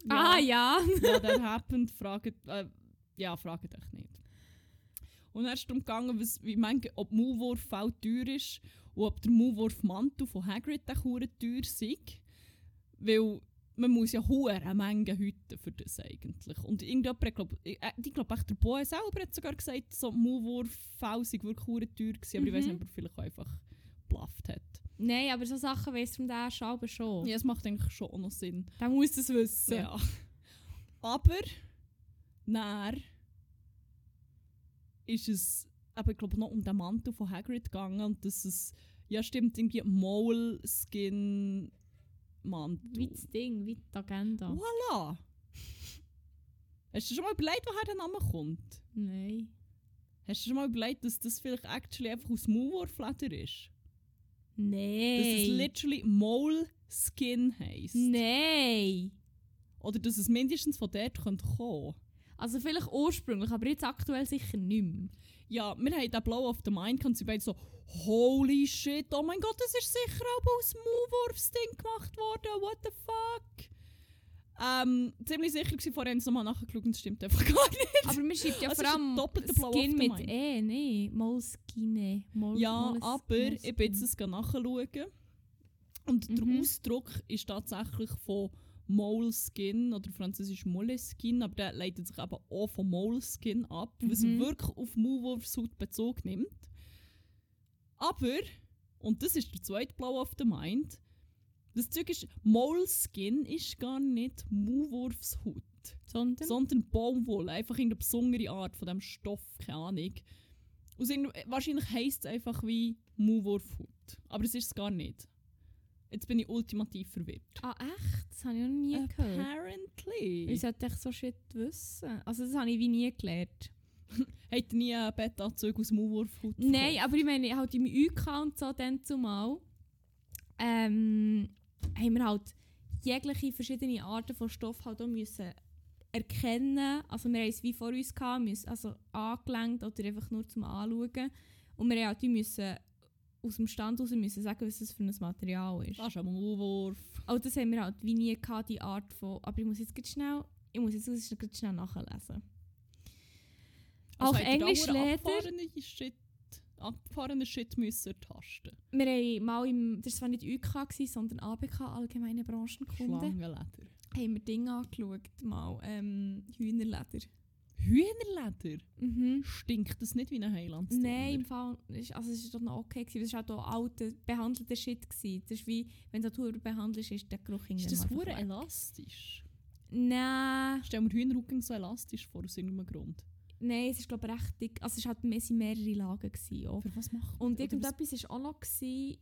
B: Ah ja.
A: ja, der happened, fragt, äh, ja, fragt euch nicht. Und dann ist es darum gegangen, was, wie manche, ob Maulwurf fällt teuer ist und ob der Maulwurf-Mantel von Hagrid auch hure teuer sei. Weil man muss ja hure Mengen hüten für das eigentlich. Und irgendjemand hat, glaub, ich, äh, ich glaube, der Boe selber hat sogar gesagt, so Maulwurf-Fell sei wirklich hure teuer gewesen, aber ich weiß
B: Mhm.
A: nicht, ob er vielleicht auch einfach blufft hat.
B: Nein, aber so Sachen weiss von der Schraube schon.
A: Ja, es macht eigentlich schon auch noch Sinn.
B: Der muss das wissen.
A: Ja. Aber dann ist es aber ich glaube noch um den Mantel von Hagrid gegangen und das ist ja stimmt irgendwie Mole Skin
B: Wie
A: Mantel.
B: das Ding, wie die Agenda.
A: Voilà. Hast du schon mal überlegt, woher der Name kommt?
B: Nein.
A: Hast du schon mal überlegt, dass das vielleicht actually einfach aus Maulwurfleder ist?
B: Nein.
A: Dass es literally Mole Skin heisst.
B: Nein.
A: Oder dass es mindestens von dort könnte kommen
B: Also vielleicht ursprünglich, aber jetzt aktuell sicher nicht mehr.
A: Ja, wir haben den Blow of the Mind und sie beide so «Holy shit, oh mein Gott, das ist sicher auch aus Maulwurfsding gemacht worden, what the fuck?» Ähm, ziemlich sicher gewesen, vorher haben sie nochmal nachgeschaut und es stimmt einfach gar nicht.
B: Aber man schreibt ja
A: Es
B: vor
A: ist ein
B: allem
A: doppelter Blow
B: Skin
A: auf
B: mit
A: den Mind.
B: E, nee. E, Moleskine. Mol,
A: Ja,
B: Moles-
A: aber ich bin
B: Moleskine.
A: jetzt es nachschauen. Und
B: Mhm.
A: der Ausdruck ist tatsächlich von Moleskin oder französisch Moleskin, aber der leitet sich eben auch von Moleskin ab, was
B: Mhm.
A: wirklich auf Maulwurfshaut Bezug nimmt. Aber, und das ist der zweite Blow of the Mind, das Zeug ist, Moleskin ist gar nicht Maulwurfshaut,
B: Sondern?
A: sondern Baumwolle, einfach irgendeine besondere Art von dem Stoff, keine Ahnung. Aus irgendeinem- wahrscheinlich heisst es einfach wie Maulwurfhaut, aber es ist es gar nicht. Jetzt bin ich ultimativ verwirrt.
B: ah, echt? Das habe ich noch nie
A: Äh,
B: gehört. Ich
A: Apparently.
B: sollte echt so shit wissen. Also das habe ich wie nie gelernt.
A: Hat er nie einen Bettanzug aus Maulwurfhaut?
B: Nein, aber ich meine, halt im UK und so dann zumal ähm, haben wir halt jegliche verschiedene Arten von Stoff halt auch müssen erkennen. Also wir haben es wie vor uns gehabt, müssen, also angelenkt oder einfach nur zum Anschauen. Und wir haben halt die müssen aus dem Stand raus müssen sagen, was das für ein Material ist.
A: Das ist ein Maulwurf.
B: Aber das haben wir halt wie nie gehabt, die Art von... Aber ich muss jetzt grad schnell... Ich muss jetzt grad schnell nachlesen. Auch
A: hat er Also da
B: Englisch
A: verdammt
B: lernt er-
A: abgefahrene Shit, abgefahrenen Shit müssen ertasten.
B: Wir haben mal im, das war nicht UK, gewesen, sondern ABK, Allgemeine Branchenkunde,
A: Schlangenleder.
B: haben wir Dinge angeschaut, mal ähm, Hühnerleder.
A: Hühnerleder?
B: Mhm.
A: Stinkt das nicht wie ein Heilandsdonner?
B: Nein, im Fall, ist- also es war doch noch okay, gewesen, das war auch da alter, behandelter Shit. Gewesen. Das ist wie, wenn du Natur behandelst, ist der Geruch
A: Ist das
B: irgendwann
A: pure
B: einfach weg.
A: elastisch?
B: Nein,
A: Stell mir Hühnerrücken so elastisch vor, aus irgendeinem Grund.
B: nein, es ist glaube ich recht dick, also es hat mehr, es waren mehrere Lagen. Gewesen, auch.
A: Für was macht
B: Und
A: oder was,
B: irgendetwas war auch noch, gewesen,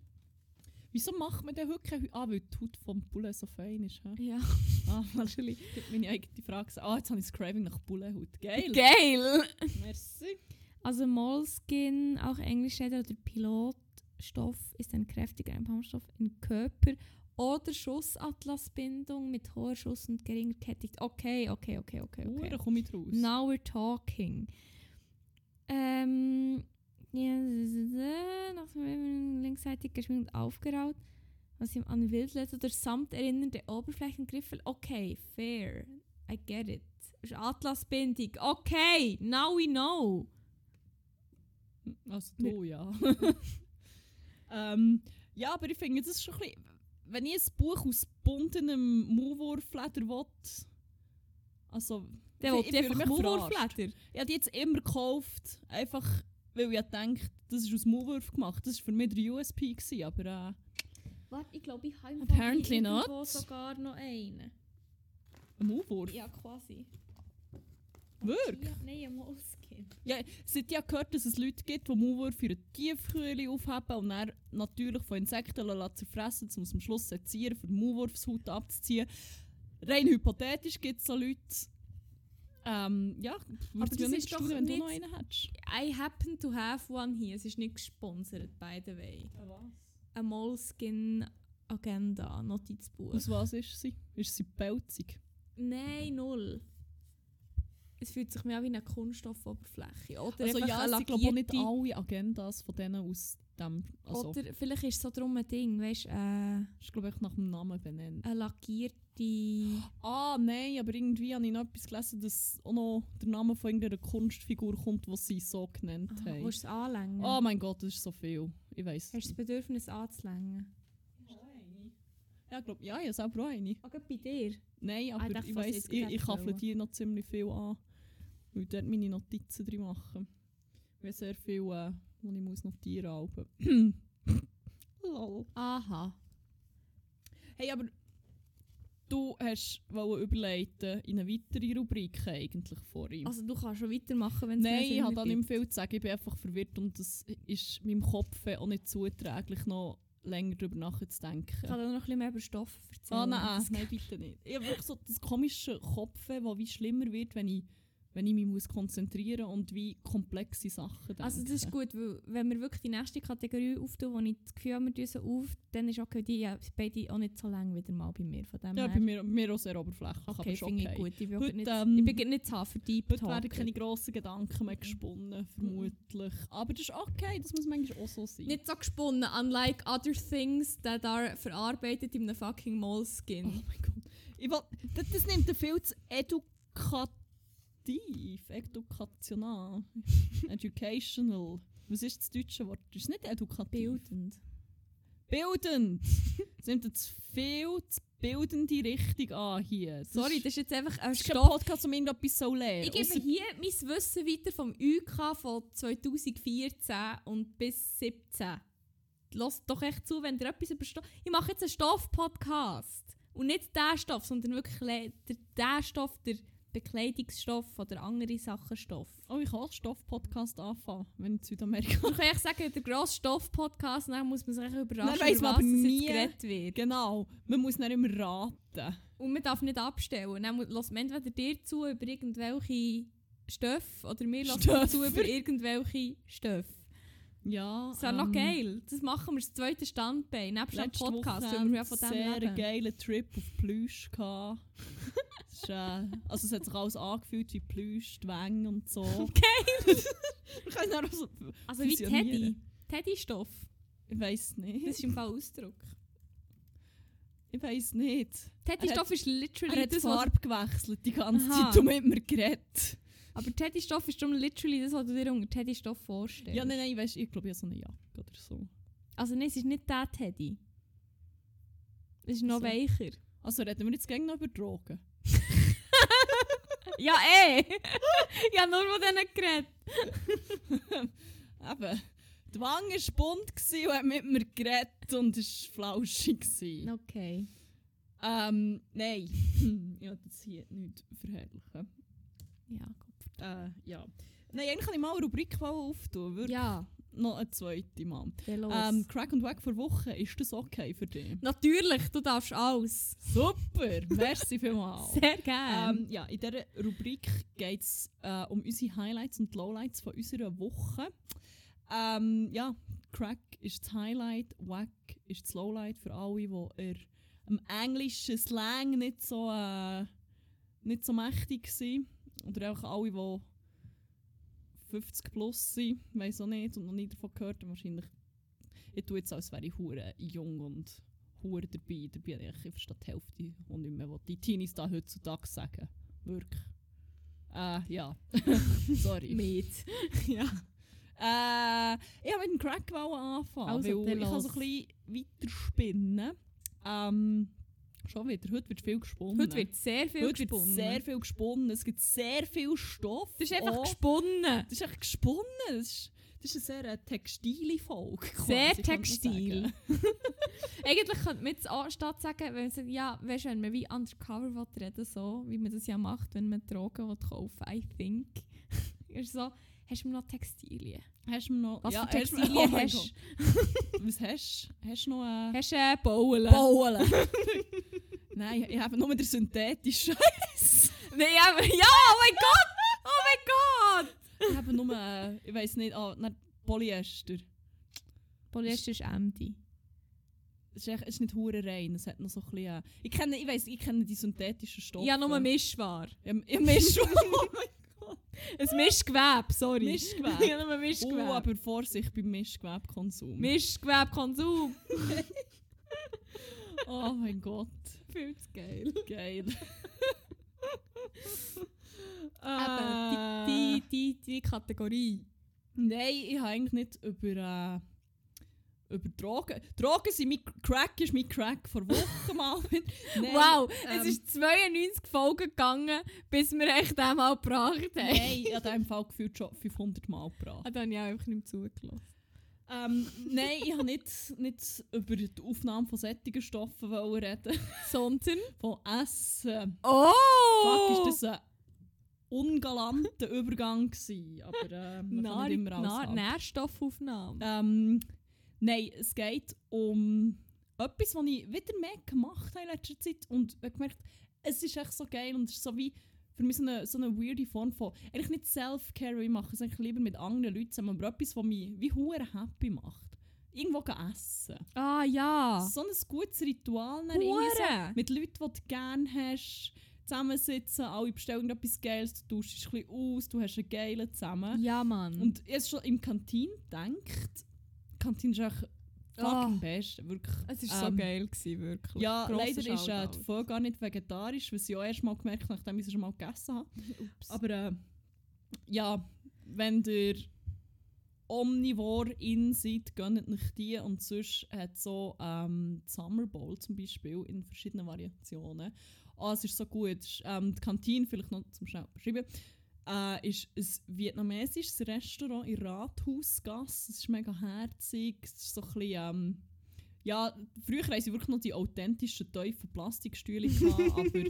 A: Wieso macht man denn heute keine Hü- Ah, weil die Haut vom Bullen so fein ist. [laughs] hä?
B: ja.
A: Ah, wahrscheinlich. Ich hab meine eigene Frage gesagt. Ah, jetzt habe ich das Craving nach Bullenhaut. Geil.
B: [laughs] Geil!
A: Merci.
B: Also Moleskin, auch Englisch Leder oder Pilotstoff, ist ein kräftiger Einbaumstoff im Körper. Oder Schussatlasbindung mit hoher Schuss und geringer Kettigkeit. Okay, okay, okay, okay.
A: Hure,
B: okay.
A: komme ich raus.
B: Now we're talking. Ähm, ja, nach linksseitig geschminkt aufgeraut. Was ihm an Wildleder oder Samt erinnernde Oberflächengriffel. Okay, fair. I get it. Ist Atlasbindung. Okay, now we know.
A: Also du, ja. [laughs] Ähm, ja, aber ich finde, das ist schon ein bisschen, wenn ich ein Buch aus buntenem Maulwurfleder will, also
B: Dann
A: ich-
B: wollte
A: ich
B: ich
A: fühle
B: einfach
A: mich
B: Maulwurfleder.
A: ich habe die jetzt immer gekauft, einfach weil ich denke, das ist aus Maulwurf gemacht. Das war für mich der USP, gewesen, aber äh,
C: Warte, ich glaube, ich habe im Fall
B: Apparently
C: hier irgendwo
B: not.
C: sogar noch einen.
A: ein Maulwurf.
C: Ja, quasi.
A: Wirklich?
C: Ja, nein, ein Moleskin.
A: Ja, seit ich habe gehört dass es Leute gibt, die Maulwürfe für eine Tiefkühle aufheben und dann natürlich von Insekten lassen zerfressen, um es am Schluss sezieren, für die Maulwurfshaut abzuziehen. Rein hypothetisch gibt es so Leute. Ähm, ja, würde
B: das
A: es mich
B: ist
A: nicht staunen,
B: doch
A: wenn du
B: nicht-
A: noch einen hättest.
B: I happen to have one here. Es ist nicht gesponsert, by the way. Eine Moleskin Agenda, Notizbuch.
A: Aus was ist sie? Ist sie pelzig?
B: Nein, null. Es fühlt sich mehr wie eine Kunststoffoberfläche. Oder
A: Also
B: einfach
A: ja,
B: eine
A: es sind glaube ich nicht
B: lackierte-
A: alle Agendas von denen aus dem... Also,
B: Oder vielleicht ist es so drum ein Ding, weißt du, äh,
A: ist glaube ich nach dem Namen benannt.
B: eine
A: [gasps]
B: lackierte.
A: Ah, nein, aber irgendwie habe ich noch etwas gelesen, dass auch noch der Name von irgendeiner Kunstfigur kommt, die sie so genannt
B: Aha,
A: haben.
B: Willst Ah, du es anlängen?
A: Oh mein Gott, das ist so viel. Ich weiß.
B: Hast du das Bedürfnis anzulängen?
A: Ja, ich glaube, ja, ich habe selber auch eine.
B: Ah, gerade bei dir?
A: Nein, aber
B: dachte,
A: ich
B: was ich
A: weiß,
B: jetzt
A: ich,
B: gerade
A: ich kaffle
B: wollte.
A: die noch ziemlich viel an, weil dort meine Notizen drin machen. Weil sehr viel, äh, wo ich muss notieren habe. [coughs] Lol.
B: Aha.
A: Hey, aber du hast wollen überleiten in eine weitere Rubrik eigentlich vorhin.
B: Also du kannst schon weitermachen, wenn es mehr
A: Nein, ich
B: Sinn
A: habe da nicht mehr
B: ergibt.
A: viel zu sagen. Ich bin einfach verwirrt und das ist meinem Kopf auch nicht zuträglich, noch länger darüber nachzudenken.
B: Ich kann da noch ein bisschen mehr über Stoffe erzählen.
A: Ah, nein, nein, bitte nicht. Ich habe wirklich so das komische Kopfweh, das wie schlimmer wird, wenn ich, wenn ich mich muss konzentrieren muss und wie komplexe Sachen denke.
B: Also das ist gut, weil wenn wir wirklich die nächste Kategorie auftun, wo ich das Gefühl habe, wir tun sie auf, dann ist okay, die ja, beide auch nicht so lange wieder mal bei mir. Von dem
A: Ja,
B: her.
A: bei mir, bei mir auch sehr oberflächlich,
B: okay,
A: aber ist
B: finde ich
A: okay.
B: gut. Ich bin, auch
A: Heute,
B: nicht,
A: ähm,
B: ich bin gerade nicht zu haben für Deep
A: Heute
B: Talk.
A: werden keine grossen Gedanken mehr
B: Mhm.
A: gesponnen, vermutlich. Aber das ist okay, das muss manchmal auch so sein.
B: Nicht so gesponnen, unlike other things that are verarbeitet in einem fucking Moleskin.
A: Oh mein Gott. Ich will, das, das nimmt ja viel zu edukativ. Edukational. [laughs] Educational. Was ist das deutsche Wort? Ist es nicht edukativ?
B: Bildend.
A: Bildend! Es nimmt jetzt viel zu bildende Richtung an hier. Das
B: Sorry, das
A: ist,
B: ist jetzt einfach ein
A: das ist kein
B: Stoff.
A: Podcast, um irgendetwas so leer.
B: Ich gebe hier mein Wissen weiter vom UK von 2014 und bis 17. Lasst doch echt zu, wenn ihr etwas über Stoff... Ich mache jetzt einen Stoff-Podcast. Und nicht der Stoff, sondern wirklich le- der, der Stoff, der Bekleidungsstoff oder andere Sachen Stoff.
A: Oh, ich kann auch Stoff-Podcast anfangen, wenn ich in Südamerika...
B: Man kann echt sagen, der grosse Stoff-Podcast, dann muss man sich echt überraschen,
A: Dann weiss
B: über
A: man
B: was
A: aber
B: es
A: nie.
B: jetzt geredet wird.
A: Genau, man muss nicht immer raten.
B: Und man darf nicht abstellen. Dann lässt man entweder dir zu über irgendwelche Stoffe oder mir lässt man zu
A: Stoffer.
B: über irgendwelche Stoffe.
A: Ja,
B: Das wäre noch geil. Das machen wir, das zweite Standbein, nebst dem
A: Ähm. Letzte
B: Podcast,
A: Woche
B: weil wir ja
A: einen
B: von
A: sehr
B: dem leben.
A: geilen Trip auf Plüsch gehabt.
B: [laughs]
A: Es ist, äh, also es hat sich alles angefühlt wie Plüsch, die Wänge und so. [laughs] Wir können dann auch so,
B: Also wie Teddy.
A: Fusionieren.
B: Teddy-Stoff.
A: ich weiß
B: Das
A: nicht.
B: ist im Fall Ausdruck.
A: Ich weiß nicht.
B: Teddy-Stoff ist literally
A: Er hat die
B: das, was...
A: Farbe gewechselt die ganze
B: Aha.
A: Zeit und mit mir geredet.
B: Aber Teddy-Stoff ist darum literally das, was du dir unter Teddy-Stoff vorstellst.
A: Ja, nein, nein, weißt, ich glaube, ich habe so eine Jacke oder so.
B: Also nein, es ist nicht der Teddy. Es ist noch
A: So. [laughs]
B: weicher.
A: Also reden wir jetzt gleich noch über Drogen.
B: Ja, eh! ich habe nur von denen geredet.
A: Eben. Die Wange war bunt gewesen und hat mit mir geredet und es war flauschig. gewesen.
B: Okay.
A: Ähm, nein. [laughs] Hm, ja, das hier nicht verherrlichen.
B: Ja,
A: Äh, ja. Nein, eigentlich kann ich mal eine Rubrik auftun. Wirklich.
B: Ja,
A: Noch eine zweite Mal.
B: dann los.
A: Ähm, Crack und Wack vor Woche, ist das okay für dich?
B: Natürlich, du darfst alles. [laughs]
A: Super! Merci vielmals.
B: Sehr gerne.
A: Ähm, ja, in dieser Rubrik geht es äh, um unsere Highlights und Lowlights von unserer Woche. Ähm, ja, Crack ist das Highlight, Wack ist das Lowlight für alle, die eher im englischen Slang nicht so, äh, nicht so mächtig sind. Oder auch alle, die 50 plus sind, weiß auch nicht, und noch nie davon gehört haben. Wahrscheinlich, ich tue jetzt, als wäre ich hure jung und hure dabei. Dabei habe ich- ich verstehe die Hälfte und nicht mehr, was die Teenies da heutzutage sagen.
B: [laughs]
A: Wirklich. Äh, [laughs] ja. [laughs] Sorry.
B: Mit. ja.
A: Äh, ich wollte mit dem Crack anfangen,
B: Also,
A: weil
B: dann
A: ich kann so
B: los.
A: ein bisschen weiterspinnen. Ähm, schon wieder, heute wird viel gesponnen.
B: Heute wird sehr viel
A: Heute wird
B: gesponnen.
A: sehr viel gesponnen, es gibt sehr viel Stoff. Oh.
B: das ist einfach
A: auch.
B: gesponnen.
A: Das ist echt gesponnen. Das ist, das ist eine sehr äh, textile Folge.
B: Sehr
A: quasi, könnte man
B: textil.
A: sagen.
B: Eigentlich könnte man jetzt anstatt sagen, wenn man sagt, ja, weißt, du, wenn man wie undercover will reden so wie man das ja macht, wenn man Drogen will kaufen I think. [laughs] ist so, hast du noch Textilien?
A: Hast du noch. [laughs]
B: Was
A: ja, Dus
B: für Textilien
A: du, oh
B: hast
A: hast [laughs] du? Was hast du? Hast du noch. Äh,
B: Hast du äh, Bowlen?
A: Bauen. [laughs] Nein, ich habe nur den synthetischen [laughs] Scheiß.
B: Nein, aber, ja, oh mein Gott! Oh mein Gott!
A: Ich habe nur. Äh, ich weiß nicht, ah, nein, Polyester.
B: Polyester ist MD.
A: Es ist, echt- es ist nicht hure rein. Es hat noch so ein bisschen. Äh, ich kenne, ich weiss, ich kenne die synthetischen Stoffe.
B: Ja, nur Mischwar.
A: Ja, ja, Mischung.
B: Ein Mischgewebe, sorry. [laughs]
A: Mischgewebe.
B: ja, nur Mischgewebe.
A: uh, aber Vorsicht beim Mischgewebkonsum.
B: Mischgewebe-Konsum.
A: oh mein Gott.
B: Viel zu geil.
A: Geil. [laughs]
B: Eben, die, die, die, die Kategorie.
A: Nein, ich habe eigentlich nicht über, äh, über Drogen. Drogen sind mein Crack, ist mein Crack vor Wochen mal
B: [laughs]
A: wieder. Nein,
B: wow,
A: ähm,
B: es ist 92 Folgen gegangen, bis wir echt den mal gebracht haben.
A: Nein, ich habe dem Fall gefühlt schon 500 Mal gebracht.
B: Ah, da habe ich auch einfach nicht mehr zugelassen.
A: Ähm, nein, ich habe nicht, nicht über die Aufnahme von sättigen Stoffen wollen reden.
B: Sondern.
A: Von Essen.
B: Oh!
A: Fuck, ist das ein ungalanter Übergang gewesen. Aber äh, man kann
B: Nahr
A: nicht immer alles
B: Nahr
A: haben.
B: Nährstoffaufnahme.
A: Ähm, nein, es geht um etwas, was ich wieder mehr gemacht habe in letzter Zeit und ich habe gemerkt, es ist echt so geil und es ist so wie für mich so eine, so eine weirde Form von, eigentlich nicht Self-Care, ich mache es eigentlich lieber mit anderen Leuten zusammen, aber etwas, was mich wie hure happy macht. Irgendwo gehen essen.
B: Ah ja.
A: So ein gutes Ritual. dann irgendwie so
B: Hure!
A: mit Leuten, die du gerne hast, zusammensitzen, alle bestellen etwas Geiles, du tauschst dich ein bisschen aus, du hast einen geilen zusammen.
B: Ja, Mann.
A: Und ich habe schon im Kantin gedacht, Kantin ist echt fucking
B: Ah.
A: best, wirklich.
B: es war so
A: Ähm,
B: geil, gewesen, wirklich.
A: Ja,
B: Grosser
A: leider ist äh,
B: Shoutout.
A: die Folge gar nicht vegetarisch, was ich auch erst mal gemerkt habe, nachdem ich sie schon mal gegessen habe.
B: Ups.
A: Aber äh, ja, wenn ihr omnivor in seid, gönnt euch die. Und sonst hat so ähm, die Summer Bowl zum Beispiel in verschiedenen Variationen. Ah, es ist so gut. Es ist, Ähm, die Kantine, vielleicht noch zum schnell beschreiben, äh, ist ein vietnamesisches Restaurant in Rathausgasse. Es ist mega herzig. Es ist so ein bisschen... Ähm, ja, früher haben sie wirklich noch die authentischen, tiefen Plastikstühle gehabt, aber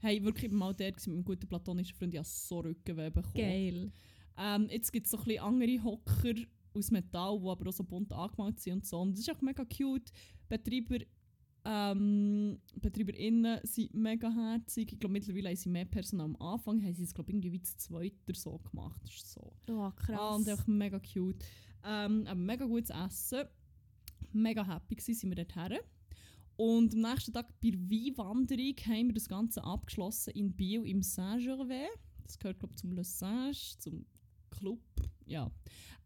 A: hey, wirklich ich bin mal der mit einem guten platonischen Freund, ich habe so Rückenweh bekommen.
B: geil.
A: Ähm, jetzt gibt es so ein bisschen andere Hocker aus Metall, die aber auch so bunt angemalt sind und so. Und das ist auch mega cute. Betreiber, ähm, BetreiberInnen sind mega herzig. Ich glaube, mittlerweile haben sie mehr Personal am Anfang. Haben sie es, glaube ich, irgendwie wie zu zweit oder so gemacht. Das ist so.
B: Oh,
A: Ah, und einfach mega cute. Ähm, aber mega gutes Essen. Mega happy gewesen, sind wir dort her. Und am nächsten Tag bei der Weinwanderung haben wir das Ganze abgeschlossen in Biel im Saint-Gervais. Das gehört, glaube ich, zum Le Singe, zum Club. Ja.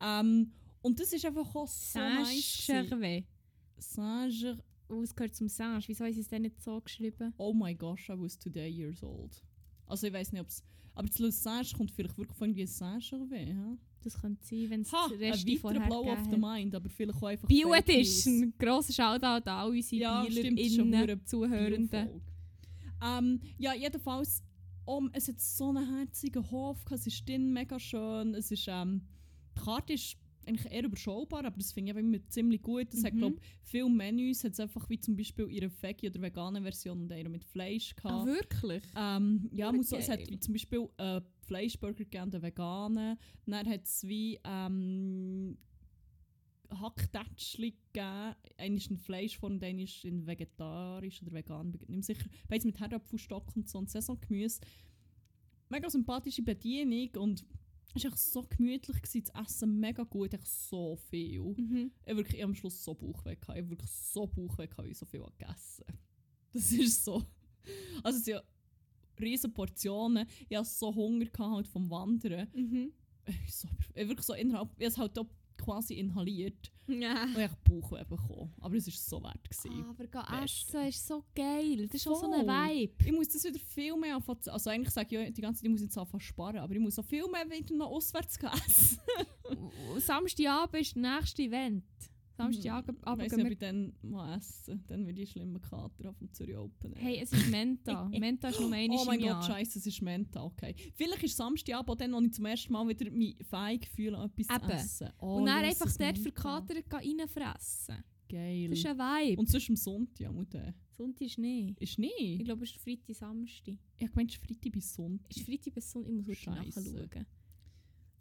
A: Ähm, und das ist einfach auch so nice. gewesen.
B: Saint-Gervais.
A: Saint-Gervais.
B: Oh, es gehört zum Sange. Wieso ist es denn nicht so geschrieben?
A: Oh my gosh, I was today years old. Also ich weiß nicht, ob es... Aber das Le Singe kommt vielleicht wirklich von irgendwie Saint-Gervais, hä?
B: Das könnte sein, wenn es
A: Ha,
B: die
A: ein
B: Reste
A: weiterer
B: vorher
A: Blow of the
B: gegeben hat.
A: Mind, aber vielleicht auch einfach
B: Bio
A: Fake News.
B: Edition. Grosser Shoutout an all unsere
A: Ja,
B: ja,
A: stimmt, das ist schon verdammt
B: BielerInnen, Zuhörenden.
A: Bio-Folge. Ähm, ja, jedenfalls, um, es hat so einen herzigen Hof, gehabt, es ist drin mega schön. Es ist, ähm, die Karte ist eigentlich eher überschaubar, aber das finde ich auch immer ziemlich gut. Es hat,
B: Mhm.
A: glaube ich, viele Menüs. Es hat einfach wie zum Beispiel ihre Veggie- oder vegane Version und eine mit Fleisch
B: Ah,
A: gehabt.
B: wirklich?
A: Ähm, ja,
B: Hure
A: muss so, es hat
B: geil.
A: wie zum Beispiel äh, Fleischburger gegeben, den veganen. Dann hat es wie ähm, Hacktätschli gegeben. Einer ist in Fleischform und einer ist in vegetarisch oder vegan. bin ich Nicht mehr sicher. Beides mit Herdapfelstock und so und Saisongemüse. Mega sympathische Bedienung und es war echt so gemütlich, gewesen, das Essen mega gut, echt so viel.
B: Mhm.
A: Ich habe wirklich ich hab am Schluss so Bauchweh gehabt. Ich habe wirklich so Bauchweh gehabt, weil ich so viel gegessen habe. [laughs] Das ist so. Also es sind ja riesen Portionen. Ich hatte so Hunger gehabt, halt vom Wandern. [laughs]
B: Mhm.
A: Ich habe so, ich hab wirklich so innerhalb, ich habe es halt auch quasi inhaliert
B: Ja. Ah,
A: und ich habe Bauchweh bekommen. Aber es war so wert. Gewesen.
B: aber gehen
A: Beste.
B: essen ist so geil. Das ist auch so
A: Voll.
B: ein Vibe.
A: Ich muss das wieder viel mehr anfangen zu- Also eigentlich sage ich ja die ganze Zeit, ich muss jetzt anfangen zu sparen, aber ich muss auch viel mehr wieder noch auswärts gehen essen.
B: Und Samstagabend ist das nächste Event.
A: [laughs]
B: Samstagabend
A: aber
B: Abend
A: ich
B: gehen
A: ob
B: wir-
A: ich dann mal essen. Dann wird ich schlimmer Kater auf dem Zürich Open. Air.
B: Hey, es
A: [laughs]
B: ist Menta. Menta ist nur einmal
A: oh mein
B: im
A: Gott,
B: Jahr.
A: scheiße, es ist Menta, okay. Vielleicht ist Samstagabend auch dann, wo ich zum ersten Mal wieder mich feig fühle, etwas
B: Eben.
A: zu essen. Oh,
B: Und dann
A: Jesus,
B: einfach dort
A: Menta.
B: verkatert gehen reinfressen.
A: Geil.
B: Das ist ein Vibe.
A: Und sonst am Sonntag, Mutter.
B: Sonntag ist nicht.
A: Ist
B: Ich
A: nicht?
B: glaube, es ist Freitag, Samstag.
A: Ich meine, es ist Freitag bis
B: [laughs]
A: Sonntag.
B: Ist Freitag bis Sonntag? Ich muss heute
A: Scheisse.
B: nachschauen.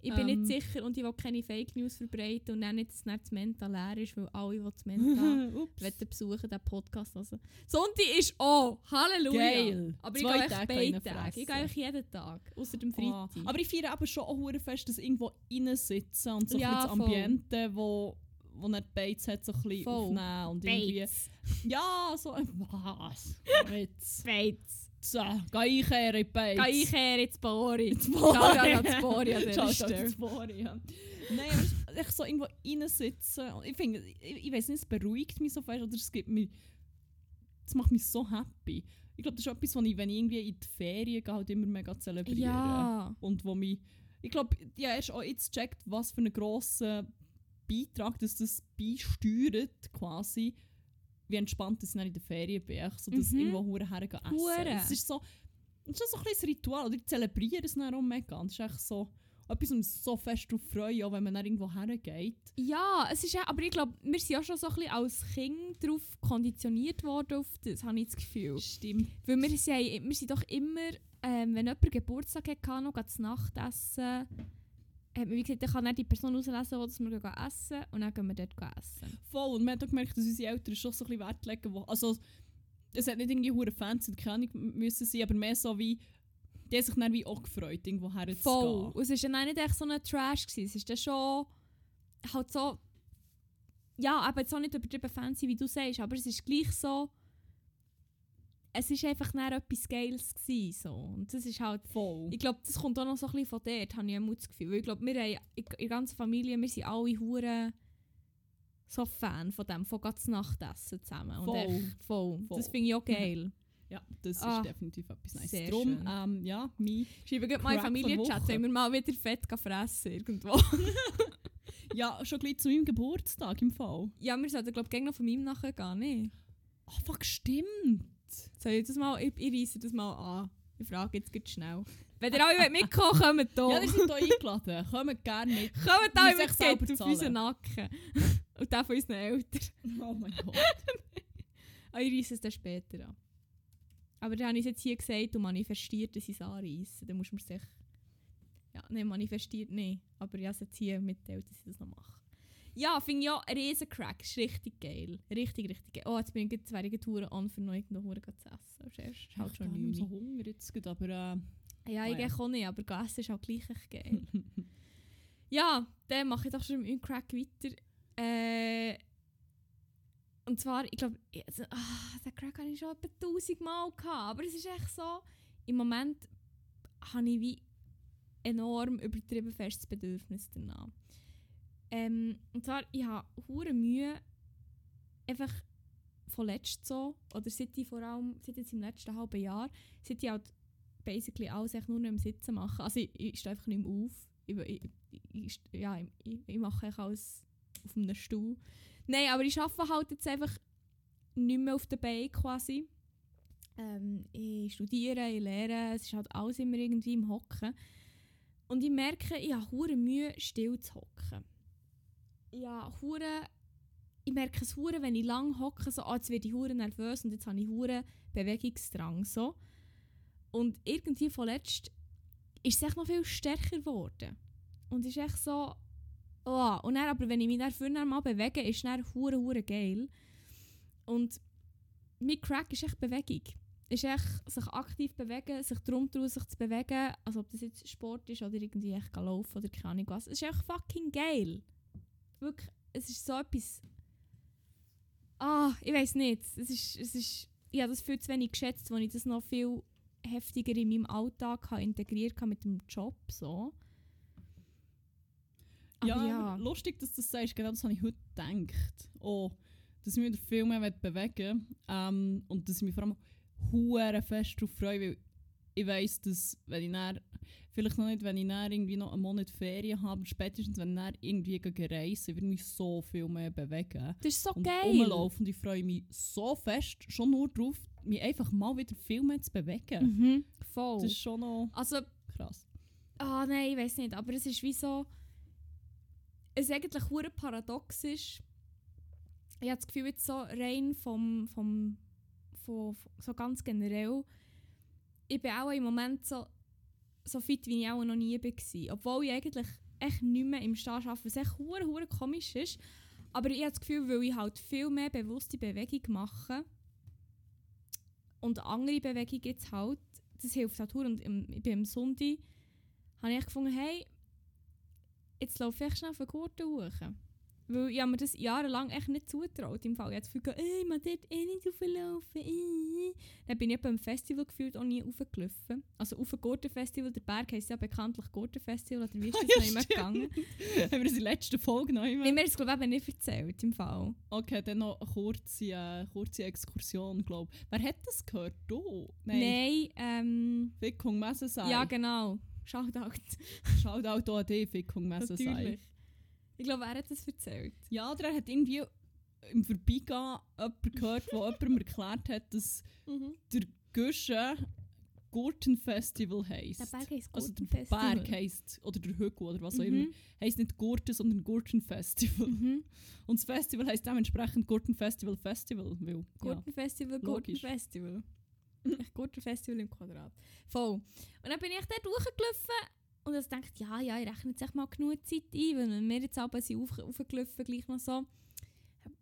B: Ich bin
A: Ähm.
B: nicht sicher und ich will keine Fake News verbreiten und dann nicht, dass dann das Menta leer ist, weil alle, die das Menta
A: [laughs] Ups.
B: wollen besuchen, den Podcast hören. Sonntag ist auch. Halleluja.
A: Geil.
B: Aber
A: Zwei
B: ich gehe
A: Tage
B: euch beide
A: reinfressen.
B: Tage. Ich gehe euch jeden Tag. Außer dem
A: Ah,
B: Freitag.
A: aber ich feiere eben schon auch hure fest, dass irgendwo innen sitzen und so ein
B: Ja,
A: bisschen das
B: voll.
A: Ambiente, wo, wo er die Bates hat, so ein bisschen
B: Voll.
A: aufnehmen und irgendwie...
B: Bates.
A: Ja, so... [laughs] Was? Jetzt.
B: Bates.
A: So, geh einkehren in die Bates.
B: Gehe ich her ins Bori.
A: Schau
B: Schau ja das Bori an dieser Stelle.
A: Boria. Nein, aber es- echt so irgendwo innen sitzen. und Ich finde, ich, ich weiß nicht, es beruhigt mich so fest oder es gibt mich... Es macht mich so happy. Ich glaube, das ist etwas, was ich, wenn ich irgendwie in die Ferien gehe, halt immer mega zelebriere
B: Ja.
A: und wo mich, ich glaube, ja, erst auch jetzt checkt, was für einen grossen Beitrag dass das beisteuert, quasi, wie entspannt dass ich dann in der Ferien bin, echt so, dass
B: Mhm.
A: irgendwo hure hergehen essen.
B: Hure.
A: Es ist so, es ist so ein kleines Ritual, oder ich zelebriere es dann auch mega, und es ist echt so, etwas, um sich so fest zu freuen, auch wenn man dann irgendwo hergeht.
B: Ja, es ist ja, aber ich glaube, wir sind ja schon so ein bisschen als Kind darauf konditioniert worden, auf das habe ich das Gefühl.
A: Stimmt.
B: Weil wir sind, ja- wir sind doch immer, ähm, wenn jemand Geburtstag hatte, noch das Nachtessen, hat man wie gesagt, dann kann dann die Person auslesen, wo das wir gehen essen und dann gehen wir dort essen.
A: Voll, und man hat auch gemerkt, dass unsere Eltern schon so ein bisschen Wert legen, wo, also, es hat nicht irgendwie hure Fans und keine Ahnung müssen sein, aber mehr so wie, die haben sich dann wie auch gefreut, irgendwo herzugehen.
B: Voll. Und es war dann auch nicht echt so ein Trash, gewesen. es ist dann schon halt so, ja, aber jetzt auch nicht übertrieben fancy, wie du sagst, aber es ist gleich so, es ist einfach dann etwas Geiles gewesen, so. Und das ist halt
A: Voll.
B: Ich glaube, das kommt auch noch so ein bisschen von dort, habe ich auch das Gefühl. Weil ich glaube, wir haben in in der ganzen Familie, wir sind alle hure so Fan von dem, von ganz Nachtessen zusammen. Und
A: Voll.
B: echt voll.
A: Voll.
B: Das finde ich auch geil.
A: ja, das
B: Ah,
A: ist definitiv etwas nice.
B: sehr
A: Drum,
B: schön.
A: ähm, ja, mein,
B: [laughs] Schreiben wir mal in
A: Crack
B: den
A: der
B: Familienchat,
A: Woche.
B: wenn wir mal wieder fett gehen fressen irgendwo.
A: ja, schon gleich zu meinem Geburtstag im Fall.
B: [laughs] ja, wir sollten, glaube ich, gerne noch von meinem nachher gehen, nicht?
A: Ah, fuck, stimmt.
B: Soll ich das mal, ich, ich reisse das mal an. Ich frage jetzt ganz schnell. Wenn ihr alle wollt mitkommen kommt hier.
A: Ja, ihr seid hier eingeladen. Kommt gerne mit.
B: kommt
A: Muss
B: alle
A: ich
B: mit,
A: selber
B: geht auf
A: zahlen?
B: unseren Nacken. [laughs] Und den von unseren Eltern.
A: [laughs] Oh mein Gott.
B: Ah, ich reisse es dann später an. Aber dann habe ich es jetzt hier gesagt und manifestiert, dass ich es anreisse. Dann muss man sich... Ja, nein, manifestiert nicht. Aber ich habe es jetzt hier mitgeteilt, dass ich das noch mache. Ja, finde ich ja ein riesen Crack. Ist richtig geil. Richtig, richtig geil. Oh, jetzt bin ich gerade zwei Touren an, für noch irgendwo Huren zu essen. Das ist erst halt
A: ich
B: schon
A: habe nicht mehr so
B: neun.
A: Hunger jetzt, gerade, aber
B: Ja, ich
A: Ah, ja.
B: gehe auch nicht, aber gehen essen ist auch gleich echt geil.
A: äh, [laughs]
B: Ja, dann mache ich doch schon mit meinem Crack weiter. Äh, und zwar, ich glaube, ich- also, ah, den Crack hatte ich schon etwa tausendmal gehabt. Aber es ist echt so, im Moment habe ich wie enorm übertrieben festes Bedürfnis danach. Ähm, und zwar, ich habe hure Mühe, einfach von letztem so, oder seit ich vor allem, seit jetzt im letzten halben Jahr, seit ich halt basically alles echt nur noch im Sitzen mache. Also ich, ich stehe einfach nicht mehr auf. Ich, ich, ich, ja, ich, ich mache eigentlich alles auf einem Stuhl. Nein, aber ich arbeite halt jetzt einfach nicht mehr auf der Beinen quasi. Ähm, ich studiere, ich lehre, es ist halt alles immer irgendwie im Hocken. Und ich merke, ich habe hure Mühe, still zu hocken. Ja, hure ich merke es hure, wenn ich lang hocke, so, ah, jetzt werde ich hure nervös und jetzt habe ich hure Bewegungsdrang so. Und irgendwie vorletzt ist es echt noch viel stärker geworden. Und es ist echt so. Oh, und dann, aber wenn ich mich dafür dann mal bewege, ist es dann hure hure geil. Und mein Crack ist echt Bewegung. Ist echt sich aktiv bewegen, sich drum trauen, sich zu bewegen. Also ob das jetzt Sport ist oder irgendwie echt gehen laufen oder keine Ahnung was. Es ist echt fucking geil. Wirklich, es ist so etwas... Ah, ich weiß nicht. Es ist, es ist... Ich habe das viel zu wenig geschätzt, als ich das noch viel heftiger in meinem Alltag habe integriert habe mit dem Job. So.
A: äh,
B: Aber
A: ja, aber lustig, dass du das sagst. Genau das habe ich heute gedacht. Oh, dass ich mich wieder viel mehr bewegen möchte. ähm, Und dass ich mich vor allem hure fest darauf freue, weil ich weiss, dass wenn ich dann Vielleicht noch nicht, wenn ich dann irgendwie noch einen Monat Ferien habe, aber spätestens wenn ich dann irgendwie gehe reisen würde mich so viel mehr bewegen.
B: Das ist so
A: Und
B: geil.
A: rumlaufen und ich freue mich so fest schon nur darauf, mich einfach mal wieder viel mehr zu bewegen.
B: Mhm. Voll.
A: Das ist schon noch
B: also,
A: krass.
B: ah nein, ich weiß nicht, aber es ist wie so. Es ist eigentlich hure paradox ist. Ich habe das Gefühl, jetzt so rein vom, vom, vom, so ganz generell, ich bin auch im Moment so, so fit, wie ich auch noch nie war. Obwohl ich eigentlich echt nicht mehr im Stehen arbeite, was echt hure hure komisch ist. Aber ich habe das Gefühl, weil ich halt viel mehr bewusste Bewegung mache und andere Bewegung jetzt halt, das hilft halt hure. Und im, ich bin am Sonntag, habe ich echt gefunden, hey, jetzt laufe ich schnell auf eine Gurte hoch. Weil ich habe mir das jahrelang echt nicht zutraut. Im Fall. Ich habe das Gefühl, gehabt, «Ey, man dort eh nicht rauflaufen. Äh. Dann bin ich beim Festival gefühlt auch nie raufgelaufen. Also auf ein Gurtenfestival, der Berg heisst ja bekanntlich Gurtenfestival, oder wie ist das
A: Ah, [laughs] ja,
B: noch immer
A: stimmt.
B: gegangen?
A: Haben wir das in der letzten Folge noch
B: Nein,
A: immer?
B: mir ist glaube ich eben nicht erzählt im Fall.
A: Okay, dann noch eine kurze, äh, kurze Exkursion, glaube ich. Wer hat das gehört? Du?
B: Nein, ähm,
A: Fickung Messesei.
B: ja genau. Shoutout.
A: Schaut auch hier an dich, Fickung Messesei.
B: Natürlich. Ich glaube, er hat das erzählt.
A: Ja, oder er hat irgendwie im Vorbeigehen jemanden gehört,
B: [laughs]
A: der jemandem erklärt hat, dass
B: Mhm.
A: der Guschen Gurtenfestival
B: Der
A: heisst.
B: Berg heisst
A: Also der
B: Gurtenfestival.
A: Berg heisst, oder der Hügel oder was auch
B: Mhm.
A: immer, heisst nicht Gurten, sondern Gurtenfestival.
B: Mhm.
A: Und das Festival heisst dementsprechend Gurtenfestival Festival. Weil, ja.
B: Gurtenfestival,
A: Logisch.
B: Gurtenfestival. Echt Gurtenfestival im Quadrat. Voll. Und dann bin ich dort hochgelaufen und ich dachte, ja, ja, ich rechne jetzt echt mal genug Zeit ein, weil wenn wir jetzt aber sind auf, aufgelaufen, gleich noch so.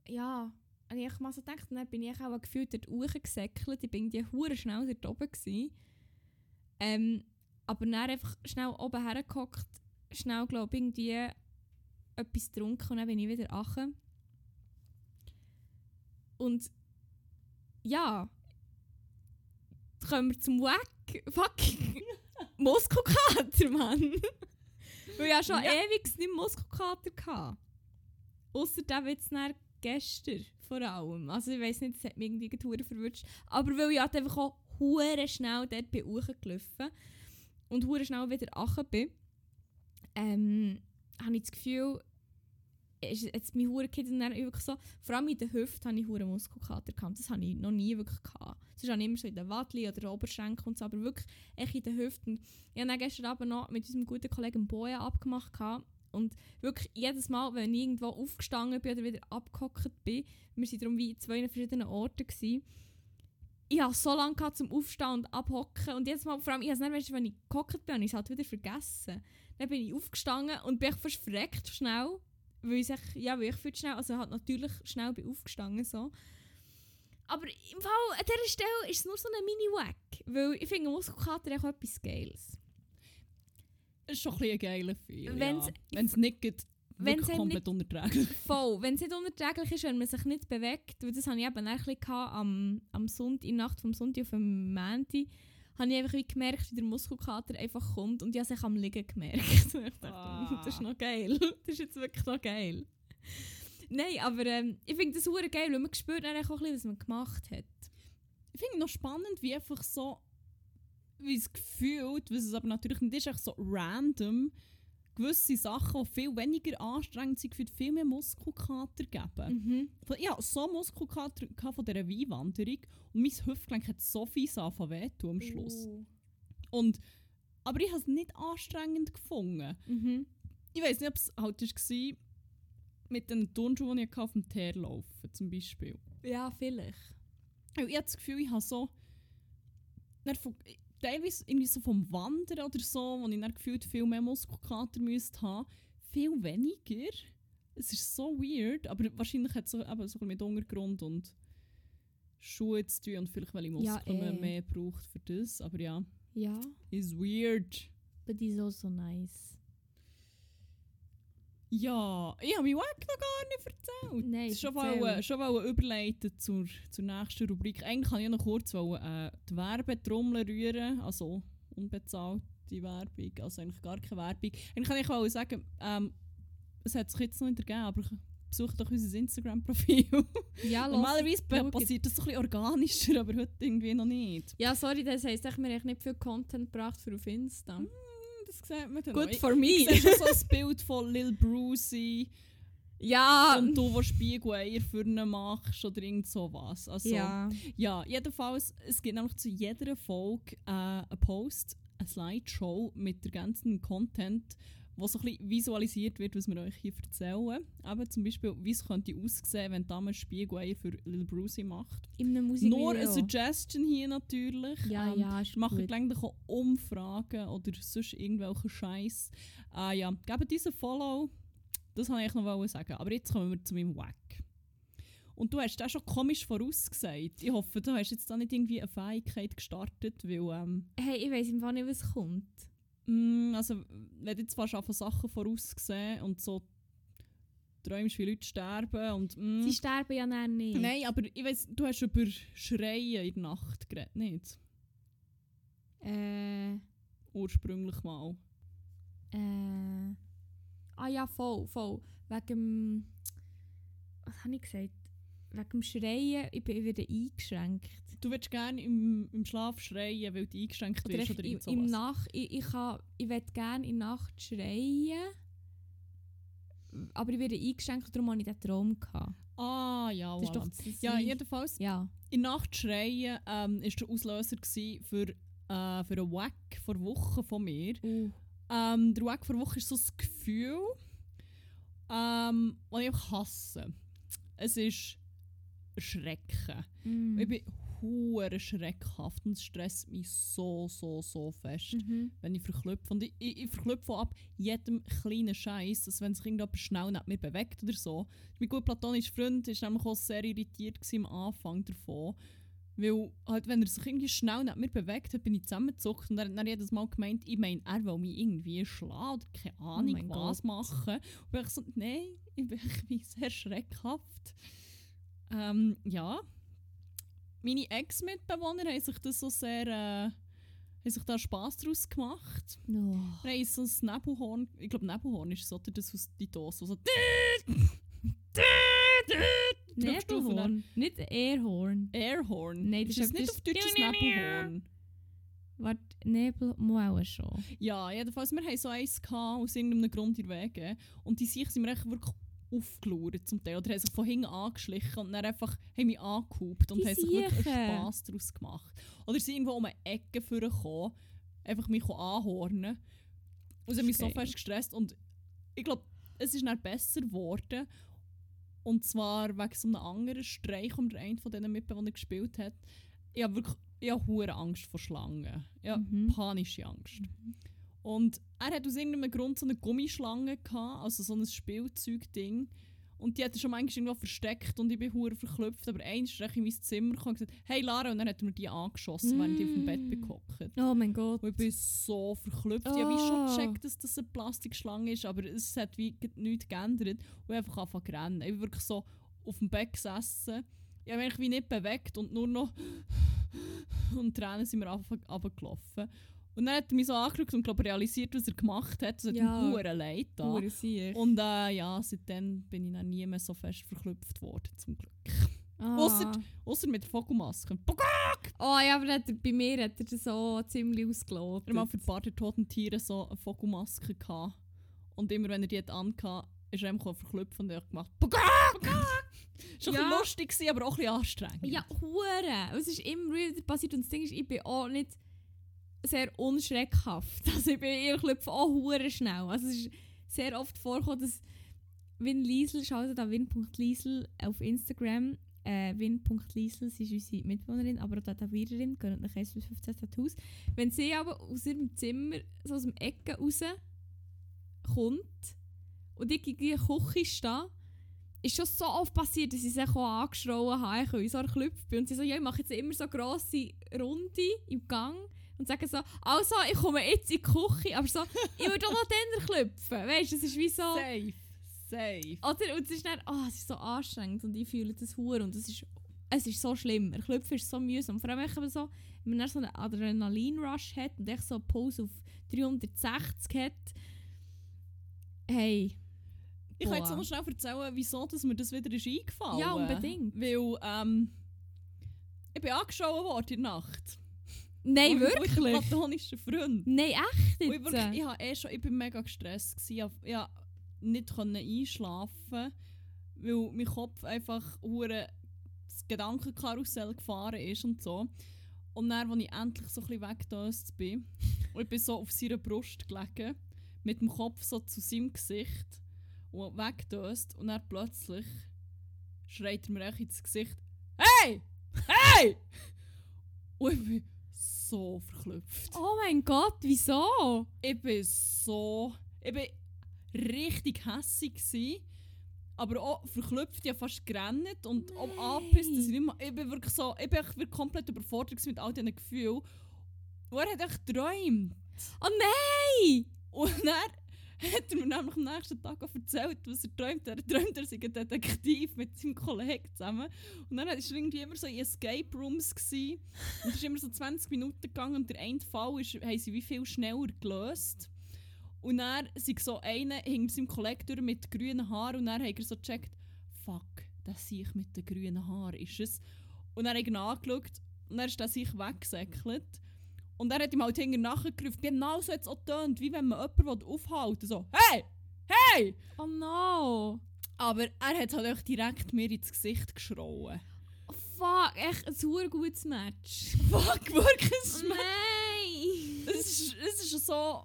B: Ja, und ich mal so gedacht, und dann bin ich auch gefühlt dort hochgesäckelt, ich bin die hure schnell dort oben gewesen. Ähm, aber dann einfach schnell oben hergehockt, schnell glaube ich irgendwie etwas getrunken und dann bin ich wieder achen. Und ja, Jetzt kommen wir zum Wack. Fucking Muskelkater, Mann. Weil ich ja schon
A: Ja.
B: ewig nicht Muskelkater hatte. Ausser dem jetzt dann gestern vor allem. Also ich weiß nicht, das hat mich irgendwie gerade hure verwirrt. Aber weil ich halt einfach auch hure schnell dort bin hochgelaufen und hure schnell wieder achen bin, ähm, habe ich das Gefühl, ist jetzt mein hure Kind und dann wirklich so, vor allem in der Hüfte habe ich hure Muskelkater gehabt. Das habe ich noch nie wirklich gehabt. Sonst habe ich immer so in den Wadli oder den Oberschenkel und so, aber wirklich echt in den Hüften. Ich habe dann gestern Abend noch mit unserem guten Kollegen Boja abgemacht gehabt. und wirklich jedes Mal, wenn ich irgendwo aufgestanden bin oder wieder abgehockt bin, wir waren darum wie in zwei verschiedenen Orten, gewesen, ich hatte so lange gehabt, zum Aufstehen und Abhocken und jedes Mal, vor allem, ich habe es dann, weisst du, wenn ich gehockt bin, habe ich es halt wieder vergessen. Dann bin ich aufgestanden und bin echt fast verreckt schnell weil ich, sag- ja, weil ich viel zu schnell, also hat natürlich schnell bin aufgestanden so. Aber im Fall an dieser Stelle ist es nur so ein Mini-Wack, weil ich finde Muskelkater echt etwas Geiles.
A: Das ist schon ein bisschen ein geiler Feel.
B: Wenn's-
A: ja. Wenn's nicht geht,
B: Wenn's
A: wirklich
B: einem
A: komplett unerträglich.
B: Voll, wenn es nicht unerträglich ist, wenn man sich nicht bewegt, weil das hatte ich eben dann ein bisschen gehabt am, am Sonntag, in der Nacht vom Sonntag auf den Montag, habe ich einfach wie gemerkt, wie der Muskelkater einfach kommt und ich habe es echt am Liegen gemerkt. [laughs] Und ich dachte, "Mm,
A: Ah.
B: das ist noch geil, [laughs] das ist jetzt wirklich noch geil. Nein, aber ähm, ich finde das super geil, weil man spürt dann auch ein bisschen, was man gemacht hat.
A: Ich finde noch spannend, wie einfach so, wie es gefühlt, was es aber natürlich nicht ist, echt so random, gewisse Sachen, die viel weniger anstrengend sind, für viel mehr Muskelkater geben.
B: Mhm.
A: Von- Ich hatte so Muskelkater gehabt von dieser Weinwanderung und mein Hüftgelenk hat so fies angefangen wehtun am Schluss. Und, aber ich habe es nicht anstrengend gefunden.
B: Mhm.
A: Ich weiß nicht, ob es halt war mit den Turnschuhen, die ich hatte, auf dem Teer laufen zum Beispiel.
B: Ja, vielleicht.
A: Weil ich habe das Gefühl, ich habe so. Dann von, teilweise irgendwie so vom Wandern oder so, wo ich dann gefühlt viel mehr Muskelkater müsste haben, viel weniger. Es ist so weird, aber wahrscheinlich hat es so, eben so ein bisschen mit Untergrund und Schuhe zu tun und vielleicht welche
B: Ja,
A: Muskeln man
B: eh.
A: mehr braucht für das. Aber ja,
B: Ja,
A: ist weird.
B: but it's also nice.
A: Ja, ich habe mich Wack noch gar nicht erzählt.
B: Nein,
A: schon
B: erzähl.
A: wollen, schon wollen überleiten zur, zur nächsten Rubrik. Eigentlich kann ich noch kurz wollen, äh, die Werbetrommel rühren, also unbezahlte Werbung, also eigentlich gar keine Werbung. Eigentlich kann ich wollen sagen, ähm, es hat sich jetzt noch nicht ergeben, aber besucht doch unser Instagram-Profil. [laughs]
B: Ja, los.
A: Normalerweise pa-
B: schaut.
A: passiert das so ein bisschen organischer,
B: Hm,
A: aber heute irgendwie noch nicht.
B: Ja, sorry, das heisst, ich habe mir echt nicht viel Content gebracht für auf Insta.
A: sieht man denn
B: Good
A: noch?
B: for me.
A: Ich sehe schon so ein Bild von Lil Brucey
B: ja.
A: und du, der Spiegeleier für ihn machst oder irgend sowas. Also,
B: ja.
A: ja, jedenfalls, es gibt nämlich zu jeder Folge äh, einen Post, eine Slideshow mit der ganzen Content, wo so ein bisschen visualisiert wird, was wir euch hier erzählen. Aber zum Beispiel, wie es könnte aussehen, wenn die Dame ein Spiegeleier für Lil Brucey macht.
B: In einem Musikvideo.
A: Nur eine Suggestion hier natürlich.
B: Ja,
A: Ähm,
B: ja, ist
A: Macht
B: gut.
A: gelegentlich auch Umfragen oder sonst irgendwelchen Scheiß. Äh, ja, gebt uns einen Follow. Das wollte ich noch wollen sagen. Aber jetzt kommen wir zu meinem Wack. Und du hast das schon komisch vorausgesagt. Ich hoffe, du hast jetzt da nicht irgendwie eine Fähigkeit gestartet, weil ähm,
B: Hey, ich weiss im Fall nicht, was kommt.
A: Mm, also, wenn du jetzt fast anfangen, Sachen vorausgesehen und so träumst, wie Leute sterben und. mm.
B: Sie sterben ja dann nicht.
A: Nein, aber ich weiss, du hast über Schreien in der Nacht geredet, nicht?
B: Äh,
A: Ursprünglich mal.
B: äh. Ah ja, voll, voll. Wegen dem... Was habe ich gesagt? Wegen dem Schreien, ich bin wieder eingeschränkt.
A: Du würdest gerne im, im Schlaf schreien, weil du eh eingeschränkt
B: Oder
A: wirst
B: einfach
A: oder
B: im,
A: irgend
B: im
A: sowas.
B: Nach ich, ich, kann- ich will gerne in der Nacht schreien. Aber ich werde eingeschränkt, darum hatte ich diesen Traum. Gehabt.
A: Ah, ja,
B: Das ist doch
A: voilà.
B: das
A: Ja,
B: Sein-
A: jedenfalls,
B: ja.
A: in der Nacht schreien ähm, ist der Auslöser gsi für, äh, für einen Wack vor Wochen von mir.
B: Uh.
A: Ähm, der Wack vor Wochen ist so das Gefühl, ähm, das ich einfach hasse. Es ist Schrecken.
B: Mm.
A: Ich bin hure schreckhaft und es stresst mich so, so, so fest.
B: Mhm.
A: wenn ich verklüpfe. Und ich, ich, ich verklüpfe ab jedem kleinen Scheiß, dass wenn sich irgendjemand schnell nicht mehr bewegt oder so. Mein guter platonischer Freund war nämlich auch sehr irritiert gewesen am Anfang davon. Weil, halt, wenn er sich irgendwie schnell nicht mehr bewegt hat, bin ich zusammengezuckt und er hat dann jedes Mal gemeint, ich meine, er will mich irgendwie schlagen oder keine Ahnung
B: Oh mein
A: was
B: Gott.
A: machen. Und ich so, nein, ich bin, [laughs] ich bin sehr schreckhaft. Ähm, ja. Meine Ex-Mitbewohner haben sich das so sehr, äh, haben sich da Spass daraus gemacht.
B: No.
A: Nein, ist so ein Nebelhorn. Ich glaube, Nebelhorn ist so oder das aus die Dose. wo So. drückst du auf und dann-
B: Nebelhorn. Nicht Airhorn.
A: Airhorn.
B: Nein, das
A: ist
B: ist-
A: nicht
B: das-
A: auf Deutsch ein Nebelhorn.
B: Warte, Nebel muss auch schon.
A: Ja, jedenfalls, wir hatten so eins gehabt, aus irgendeinem Grund in Wege. Und die sich sind mir echt wirklich aufgelauert zum Teil. Oder haben sich von hinten angeschlichen und dann einfach haben mich angehupt und
B: Die
A: haben sich wirklich
B: Siechen.
A: einen Spass daraus gemacht. Oder sind irgendwo um eine Ecke vorgekommen, einfach mich anhornen. Und sie haben mich so
B: Geil.
A: fest gestresst. Und ich glaube, es ist dann besser geworden. Und zwar wegen so einem anderen Streich um den einen von diesen Mitbewohnern gespielt hat. Ich habe wirklich ich habe hure Angst vor Schlangen. Ja,
B: Mhm.
A: panische Angst. Und er hat aus irgendeinem Grund so eine Gummischlange gehabt, also so ein Spielzeugding. Und die hat er schon manchmal irgendwo versteckt und ich bin hure verklüpft. Aber eins ist er in mein Zimmer gekommen und gesagt, hey Lara, und dann hat er mir die angeschossen, während ich auf dem Bett
B: Mm.
A: bin gehockt.
B: Oh mein Gott.
A: Und ich bin so verklüpft. Ich habe wie schon
B: Oh.
A: gecheckt, dass das eine Plastikschlange ist, aber es hat wie g- nichts geändert. Und ich habe einfach angefangen zu rennen. Ich bin wirklich so auf dem Bett gesessen. Ich habe mich wie nicht bewegt und nur noch... [laughs] Und die Tränen sind mir angefangen- runtergelaufen. Und dann hat er mich so angeschaut und glaube realisiert, was er gemacht hat. Das hat
B: Ja.
A: mir hure leid da.
B: Hure sicher.
A: Und äh, ja, seitdem bin ich dann nie mehr so fest verklüpft worden, zum Glück.
B: Ah.
A: Ausser- Außer mit der Vogelmaske. Er
B: Oh ja, aber hat er, bei mir hat er das so ziemlich ausgelotet.
A: hat mal für ein paar der toten Tiere so eine Vogelmaske gehabt. Und immer wenn er die hat angehabt, ist er einfach verklüpft und er hat gemacht. [laughs] Schon ein
B: Ja.
A: bisschen lustig, gewesen, aber auch ein bisschen anstrengend.
B: Ja, hure. Es ist immer wieder passiert und das Ding ist, ich bin auch nicht sehr unschreckhaft. [laughs] Also ich bin ich klopfe auch hure schnell. Also es ist sehr oft vorgekommen, dass Win Liesel, schaut an win.liesel auf Instagram. Äh, win.liesel, sie ist unsere Mitwohnerin, aber auch Tätowiererin, gehört nach 1 bis 15 Tattoos. Wenn sie aber aus ihrem Zimmer, so aus dem Ecken raus kommt und ich in die Küche stehe, ist schon so oft passiert, dass ich sie auch angeschrien habe, ich in so Klüpf bin. Und sie so, ja, ich mache jetzt immer so grosse Runde im Gang und sage so, also, ich komme jetzt in die Küche, aber so, ich würde auch noch den klüpfen. Weißt du, es ist wie so...
A: Safe. Safe.
B: Oder? Und es ist dann, ah, es ist so anstrengend und ich fühle das hure und es ist, es ist so schlimm. Der Klüpfen ist so mühsam. Vor allem, wenn man so, wenn man dann so einen Adrenalin-Rush hat und echt so einen Pulse auf 360 hat. Hey,
A: Ich kann jetzt
B: Boah.
A: noch schnell erzählen, wieso dass mir das wieder ist eingefallen
B: Ja, unbedingt.
A: Weil ähm, ich bin angeschaut worden in der Nacht.
B: Nein,
A: Wo ich- wo ich einen
B: wirklich?
A: platonischen Freund.
B: Nein, echt
A: Und Ich, wirklich,
B: jetzt?
A: ich, hab eh schon, ich bin mega gestresst. Gewesen. Ich hab- Ich konnte nicht können einschlafen, weil mein Kopf einfach hure das Gedankenkarussell gefahren ist und so. Und dann, als ich endlich so ein bisschen weggedöst bin, und ich bin so auf seiner Brust gelegen, mit dem Kopf so zu seinem Gesicht und weggedöst und dann plötzlich schreit er mir echt ins Gesicht «Hey! Hey!» Und ich bin so verklüpft.
B: Oh mein Gott, wieso?
A: Ich bin so. Ich bin richtig hässig. Gewesen, aber auch verklüpft, ich habe fast gerannt und
B: Nein.
A: auch angepisst. Dass ich, nicht mal, ich bin wirklich so. Ich bin echt wirklich komplett überfordert gewesen mit all diesen Gefühlen. Und er hat echt geträumt.
B: Oh nein!
A: Und [laughs] dann hat er mir nämlich am nächsten Tag auch erzählt, was er träumt. Er träumt, er sei ein Detektiv mit seinem Kollegen zusammen. Und dann war er irgendwie immer so in Escape Rooms. Gewesen. Und es ist immer so 20 Minuten gegangen und der eine Fall ist, haben sie wie viel schneller gelöst. Und dann sind so einer hinter seinem Kollegen durch mit grünen Haaren und dann hat er so gecheckt, fuck, das sehe ich mit den grünen Haaren, ist es. Und dann hat er ihn angeschaut und dann ist er sich weggesäckelt. Und er hat ihm halt hinterher nachgerufen, genau so hat es auch getönt, wie wenn man jemanden aufhalten will. So, hey, hey!
B: Oh no!
A: Aber er hat halt auch direkt mir ins Gesicht geschrauen.
B: Oh, fuck, echt ein super gutes Match.
A: Fuck, wirklich, es [laughs]
B: Oh
A: ist
B: nein!
A: Es ist, es ist so,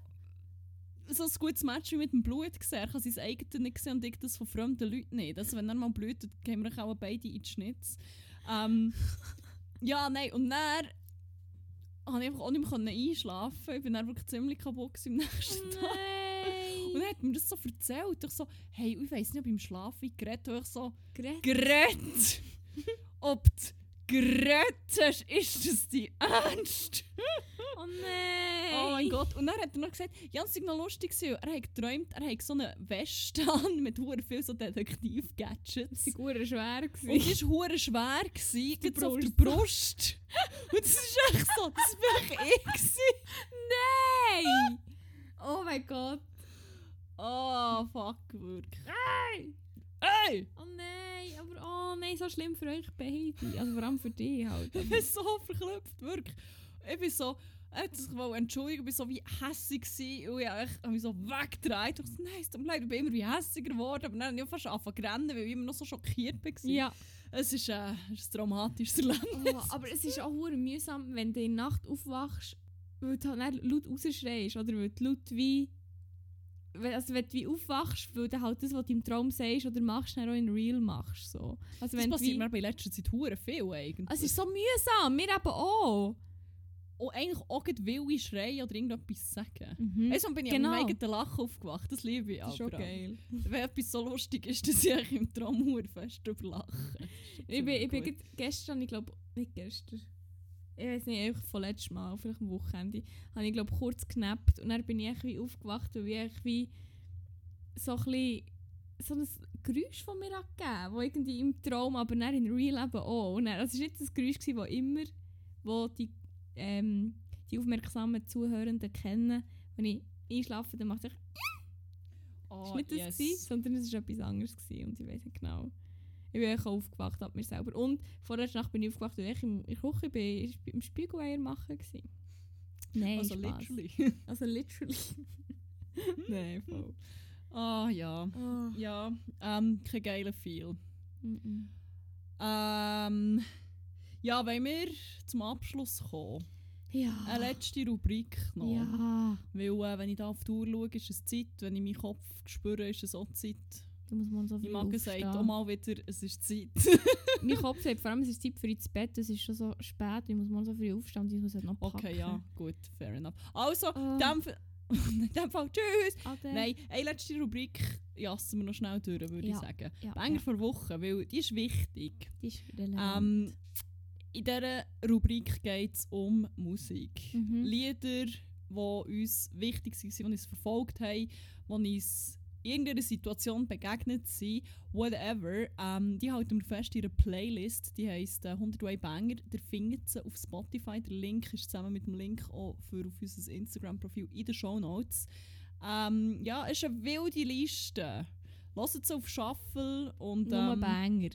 A: so ein gutes Match wie mit dem Blut gesehen. Ich habe sein eigenes nicht gesehen und ich das von fremden Leuten nicht. Also wenn er mal blutet, gehen wir auch beide in die Schnitz. Ähm, ja, nein, und dann konnte ich einfach auch nicht mehr einschlafen. Ich bin dann wirklich ziemlich kaputt gewesen am nächsten
B: Oh
A: Tag. [laughs] Und
B: nein!
A: er hat mir das so erzählt. Ich so, hey, ich weiß nicht, ob ich im Schlaf wie geredet habe. Ich so,
B: Gerät.
A: geredet? ob du geredet hast, ist das die Ernst?
B: Oh nein!
A: Oh mein Gott. Und dann hat er noch gesagt, ja, es sei noch lustig gewesen. Er hat geträumt, er hat so eine Weste an mit hure viel so
B: Das
A: Detektiv-Gadgets.
B: war hure schwer.
A: Und die war hure schwer, gewesen,
B: der
A: gerade so auf der Brust. [laughs] Und das ist echt so, das war echt ich. gewesen.
B: Nein! Oh mein Gott!
A: Oh, fuck, wirklich. Ey!
B: Oh nein! Aber oh nein, so schlimm für euch beide. Also vor allem für dich
A: [laughs]
B: halt.
A: Ich bin so verklüpft, wirklich. Ich bin so, er hat sich wohl entschuldigt, ich bin so wie hässig gewesen. Und ich habe echt- habe mich so weggedreht. Ich so, nein, es tut mir leid, ich bin immer wie hässiger geworden. Aber dann habe ich fast angefangen zu rennen, weil ich immer noch so schockiert war.
B: Ja.
A: Es ist, äh, es ist ein [laughs] traumatisches Erlebnis.
B: [laughs] Oh, aber es ist auch hure mühsam, wenn du in der Nacht aufwachst, weil du halt dann laut rausschreist oder weil du laut wie... wenn- Also wenn du wie aufwachst, weil du halt das, was du im Traum sagst oder machst, dann auch in real machst. So. Also
A: Das
B: wenn du
A: passiert
B: wie,
A: mir bei letzter Zeit hure viel eigentlich.
B: es ist so mühsam, wir eben auch.
A: und eigentlich auch gerade will ich schreien oder irgendetwas sagen.
B: Mhm.
A: Also bin ich genau.
B: Genau.
A: mit meinem eigenen Lachen aufgewacht, das liebe ich
B: das ist
A: aber
B: schon geil.
A: Wenn etwas so lustig ist, [laughs] dass ich eigentlich im Traum hure fest drüber lache.
B: Ich bin, ich bin
A: Ziemlich
B: grad gestern, ich glaube, nicht gestern. Ich weiß nicht, einfach vom letzten Mal, vielleicht am Wochenende, habe ich glaube kurz geknappt und dann bin ich echt wie aufgewacht und wie ich wie so ein bisschen so ein Geräusch von mir angegeben, wo irgendwie im Traum, aber dann in Real Oh, Leben auch. Und dann, also es war nicht das Geräusch, gewesen, wo immer, wo die, ähm, die aufmerksamen Zuhörenden kennen, wenn ich einschlafe, dann macht ich
A: Oh,
B: es war nicht das,
A: yes.
B: gewesen, sondern es war etwas anderes. Gewesen und ich weiß nicht genau. Ich bin auch aufgewacht ab mir selber. Und vorletzte Nacht bin ich aufgewacht, weil ich im- in der Küche bin, ich war im Spiegeleier machen war. Nein,
A: Also
B: Spaß.
A: literally. [laughs]
B: Also [laughs] literally. Nein, voll.
A: Ah ja. Ja, ähm, kein geiler Feel.
B: Mm-mm.
A: Ähm, ja, wollen wir zum Abschluss kommen?
B: Ja.
A: Eine letzte Rubrik noch.
B: Ah. Ja.
A: Weil äh, wenn ich da auf die Uhr schaue, ist es Zeit. Wenn ich meinen Kopf spüre, ist es auch Zeit.
B: Da muss man so
A: Mein
B: viel
A: Magen sagt
B: aufstehen.
A: auch mal wieder, es ist
B: [laughs]
A: Zeit.
B: mein Kopf sagt vor allem, es ist Zeit für ins Bett, es ist schon so spät, ich muss morgen so früh aufstehen und ich muss halt noch packen.
A: okay, ja, gut, fair enough. Also,
B: Ah.
A: in dem, F- [laughs] in dem Fall, tschüss!
B: Ade.
A: Nein, eine letzte Rubrik jassen wir noch schnell durch, würde ich
B: Ja,
A: sagen.
B: Ja,
A: Banger
B: ja,
A: vor Woche, weil die ist wichtig.
B: die ist relevant.
A: Ähm, in dieser Rubrik geht es um Musik.
B: Mhm.
A: Lieder, die uns wichtig waren, die uns verfolgt haben, die uns in irgendeiner Situation begegnet sind, whatever. Ähm, die halten wir fest in einer Playlist, die heisst äh, 100 Way Banger. Der findet sie auf Spotify. Der Link ist zusammen mit dem Link auch für auf unser Instagram-Profil in den Show Notes. Ähm, ja, es ist eine wilde Liste. Lasst sie auf Shuffle und
B: Nur
A: ähm,
B: Banger.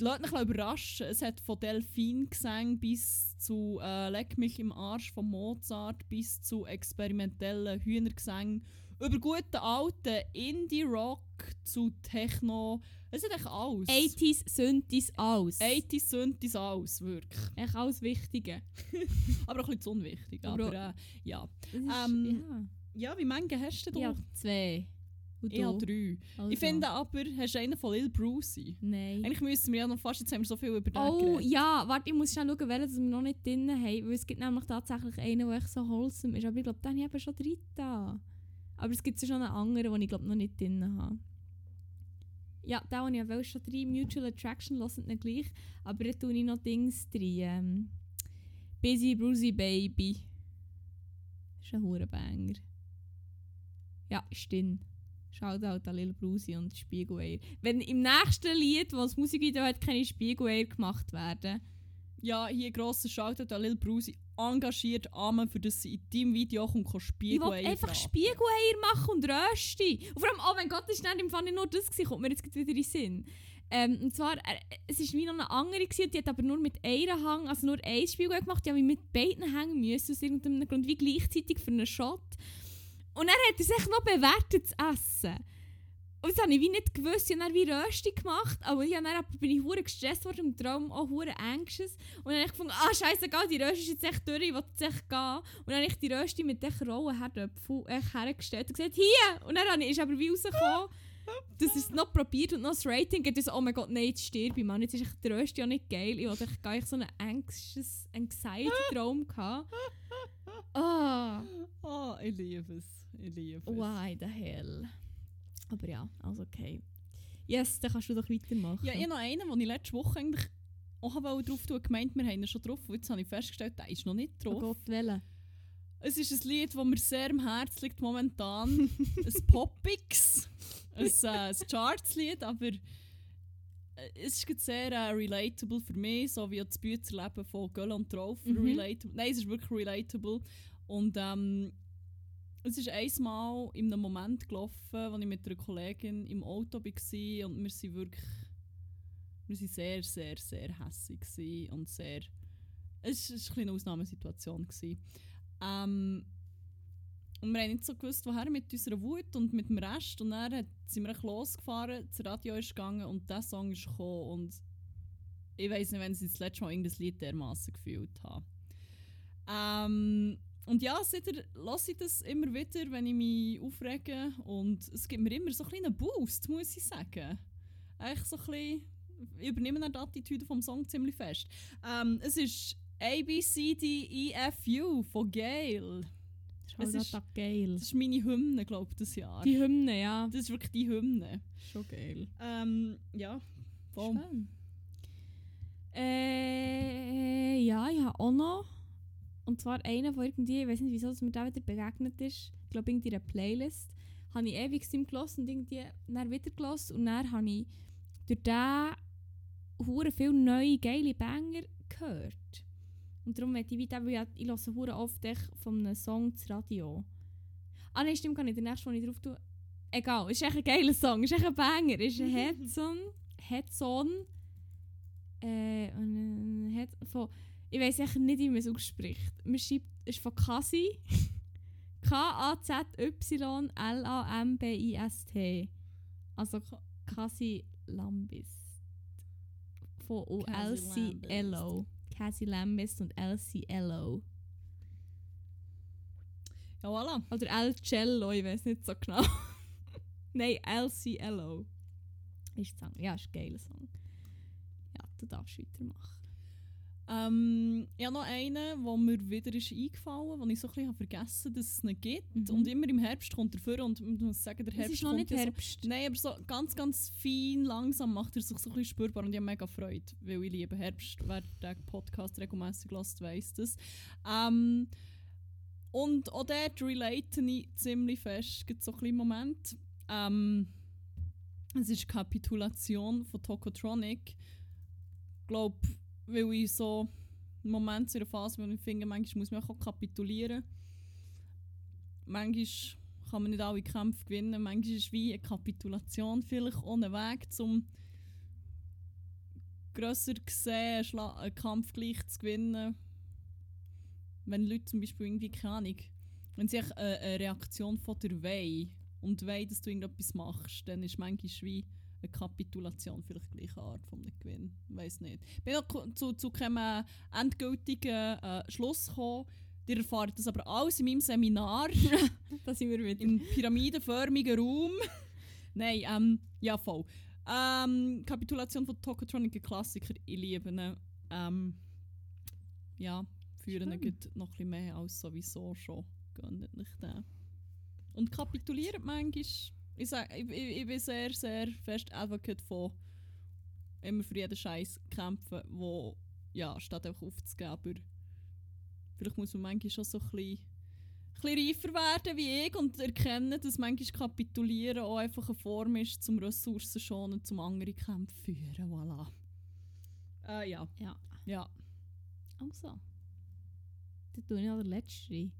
A: Lasst mich ein bisschen überraschen. Es hat von Delfingesang bis zu äh, Leck mich im Arsch von Mozart bis zu experimentellen Hühnergesängen. Über guten alten Indie-Rock zu Techno. Es hat echt alles.
B: 80s, Synthes, alles.
A: 80 Synthes alles, wirklich.
B: Echt alles Wichtige.
A: Aber auch ein bisschen zu unwichtig.
B: Aber
A: Aber, äh, ja.
B: Das ist-
A: Ähm, ja, Oh, wie viele hast du
B: ja.
A: denn?
B: ja, zwei. Und
A: ich
B: du?
A: habe drei.
B: Also.
A: Ich finde aber, hast du einen von Lil Brucey?
B: Nein.
A: Eigentlich müssen wir ja noch fast, jetzt haben wir so viel über den
B: Oh
A: geredet.
B: ja, warte, ich muss schnell schauen, welchen das wir noch nicht drin haben. Weil es gibt nämlich tatsächlich einen, der echt so wholesome ist. Aber ich glaube, den habe ich eben schon drin. da. Aber es gibt ja schon einen anderen, den ich glaube noch nicht drin habe. Ja, den habe ich auch schon drin. Mutual Attraction lassen ihn gleich. Aber da tue ich noch Dings drin. Ähm, Busy Bruisy Baby. Das ist ein Hurenbanger. Ja, ist drin. Shoutout an Lil Brusi und Spiegeleier. Wenn im nächsten Lied, das das Musikvideo hat, keine Spiegeleier gemacht werden.
A: Ja, hier grosser Shoutout an Lil Brucey. Engagiert Amen, für das sie in deinem Video kommt, kann
B: Ich
A: Spiegel
B: will einfach Spiegeleier machen und Rösti. Und vor allem, oh mein Gott, das war dann im Fall nicht nur das, gewesen, kommt mir jetzt grad wieder in den Sinn. Ähm, und zwar, äh, es war wie noch eine andere, gewesen, die hat aber nur mit einem Hang, also nur ein Spiegelei gemacht, die habe ich mit beiden hängen müssen, aus irgendeinem Grund, wie gleichzeitig für einen Shot. Und er hat es echt noch bewertet zu essen. Und das habe ich wie nicht gewusst, ich habe dann wie Rösti gemacht, aber ich habe dann, aber bin ich hure gestresst worden im Traum, auch hure anxious. Und dann habe ich gefunden, ah scheiße, die Rösti ist jetzt echt durch, ich will jetzt echt gehen. Und dann habe ich die Rösti mit den rauen Herdöpfen echt hergestellt und gesagt, hier! Und dann habe ich- ist aber wie rausgekommen, dass er es noch probiert und noch das Rating gibt. Und so, oh mein Gott, nein, jetzt stirb ich, Mann. Jetzt ist echt die Rösti auch nicht geil. Ich hatte echt gar nicht so einen anxious Anxiety-Traum. gehabt. Ah,
A: Oh, ich liebe es. Ich liebe es.
B: why the hell. Aber ja, also okay. Yes, dann kannst du doch weitermachen.
A: Ja, ich habe noch einen, den ich letzte Woche eigentlich auch wollte drauf tun wollte. gemeint, wir haben ihn schon drauf. Und jetzt habe ich festgestellt, der ist noch nicht drauf.
B: oh Gott, welchen?
A: Es ist ein Lied, das mir sehr am Herzen liegt momentan. ein Popix. Ein, äh, ein Charts-Lied, aber äh, es ist gerade sehr äh, relatable für mich, so wie auch das Bützerleben von Göll und Trauf.
B: Mhm.
A: Relatable. Nein, es ist wirklich relatable. Und ähm, es ist einmal in einem Moment gelaufen, als ich mit einer Kollegin im Auto war und wir sind wirklich wir waren sehr, sehr, sehr hässig gewesen und sehr... Es war ein bisschen eine Ausnahmesituation. Gewesen. Ähm, und wir haben nicht so gewusst, woher mit unserer Wut und mit dem Rest. Und dann hat- sind wir ein bisschen losgefahren, das Radio ist gegangen und dieser Song ist gekommen. Und ich weiß nicht, wenn ich das letzte Mal irgendein Lied dermaßen gefühlt habe. Ähm, und ja, seitdem lasse ich das immer wieder, wenn ich mich aufrege. Und es gibt mir immer so einen kleinen Boost, muss ich sagen. Echt so ein bisschen... Ich übernehme dann die Attitüde vom Song ziemlich fest. Ähm, es ist E, ABCDEFU von Gail.
B: Das
A: ist-
B: ist halt geil.
A: Das ist meine Hymne, glaube ich, dieses Jahr.
B: Die Hymne, ja.
A: das ist wirklich die Hymne.
B: Schon geil.
A: Ähm, ja. Voll.
B: Schön. Äh, ja, ich habe auch noch. Und zwar einen von irgendwie, ich weiß nicht wieso, dass mir der wieder begegnet ist. Ich glaube, in einer Playlist. Habe ich ewig Sim gelassen und irgendwie dann wieder gelassen. Und dann habe ich durch den hure viele neue geile Banger gehört. Und darum möchte ich weiter, weil ich- ich höre hure oft echt von einem Song das Radio. Ah nein, stimmt gar nicht. Der nächste, den ich drauf tue... Egal, ist echt ein geiler Song, ist echt ein Banger. Ist ein Headson... Headson... Äh... und, äh, Head, von, ich weiß echt nicht, wie man es ausspricht. Man schreibt... ist von Kasi. [laughs] K-A-Z-Y-L-A-M-B-I-S-T Also Ka- Kasi Lambist. Von
A: Kasi
B: O-L-C-L-O. Kasi Lambist und L-C-L-O.
A: Ja, voilà.
B: Oder El Cello, ich weiß nicht so genau. [laughs] Nein, LCLO. Ist der Song. Ja, ist ein geiler Song. Ja, du darfst weitermachen.
A: Ähm, ich habe noch einen, der mir wieder ist eingefallen ist, den ich so ein bisschen habe vergessen dass es ihn gibt.
B: Mhm.
A: Und immer im Herbst kommt er vor und man muss sagen, der
B: Es
A: Herbst
B: ist noch
A: kommt
B: nicht
A: ja so-
B: Herbst.
A: Nein, aber so ganz, ganz fein, langsam macht er sich so ein bisschen spürbar und ich habe mega Freude, weil ich liebe Herbst. Wer den Podcast regelmässig lässt, weiss das. Ähm, und auch dort relate ich ziemlich fest. Es gibt so ein bisschen Moment. Ähm, es ist Kapitulation von Tokotronic. Ich glaube, weil ich so im Moment in einer Phase bin, wo ich finde, manchmal muss man auch kapitulieren. Manchmal kann man nicht alle Kämpfe gewinnen. Manchmal ist wie eine Kapitulation vielleicht ohne Weg, um grösser gesehen, einen, Schla einen Kampf gleich zu gewinnen. Wenn Leute zum Beispiel irgendwie, keine Ahnung, wenn sie echt, äh, eine Reaktion von dir wollen und wollen, dass du irgendetwas machst, dann ist manchmal wie eine Kapitulation vielleicht gleiche Art vom Gewinn. Weiß nicht. Ich bin noch ku- zu, zu keinem äh, endgültigen äh, Schluss gekommen. Ihr erfahrt das aber alles in meinem Seminar
B: [laughs] Da sind wir wieder.
A: im pyramidenförmigen Raum. [laughs] Nein, ähm, ja voll. Ähm, Kapitulation von Tokotronic, ein Klassiker, ich liebe ihn. Ähm, ja, führen ihn
B: Schön.
A: gleich noch ein bisschen mehr als sowieso schon. Gönnt nicht den. Und kapituliert manchmal. Ich, sag, ich, ich, ich bin sehr, sehr fest Advocate von immer für jeden Scheiß kämpfen, wo ja, statt einfach aufzugeben. Aber vielleicht muss man manchmal schon so ein bisschen ein bisschen reifer werden wie ich und erkennen, dass manchmal Kapitulieren auch einfach eine Form ist, zum Ressourcen schonen, zum andere Kämpfe führen. Voilà. Äh, ja.
B: Ja.
A: Ja.
B: Also. Dann tue ich noch den letzten.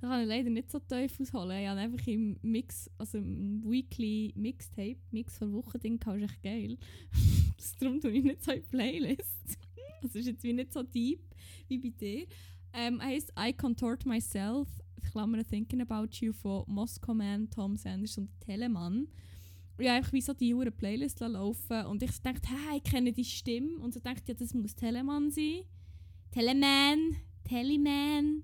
B: Da kann ich leider nicht so tief ausholen. Ich habe einfach im Mix, also im Weekly Mixtape, Mix vor Wochen, Ding, ist echt geil. [laughs] Darum tue ich nicht so in die Playlist. [laughs] Also ist jetzt wie nicht so deep wie bei dir. Ähm, er heisst I Contort Myself, Klammer Thinking About You von Moscow Man, Tom Sanders und Telemann. Und ich habe einfach wie so die hure Playlist laufen und ich so dachte, hey, ich kenne die Stimme. Und so dachte ich, ja, das muss Telemann sein. Telemann, Telemann,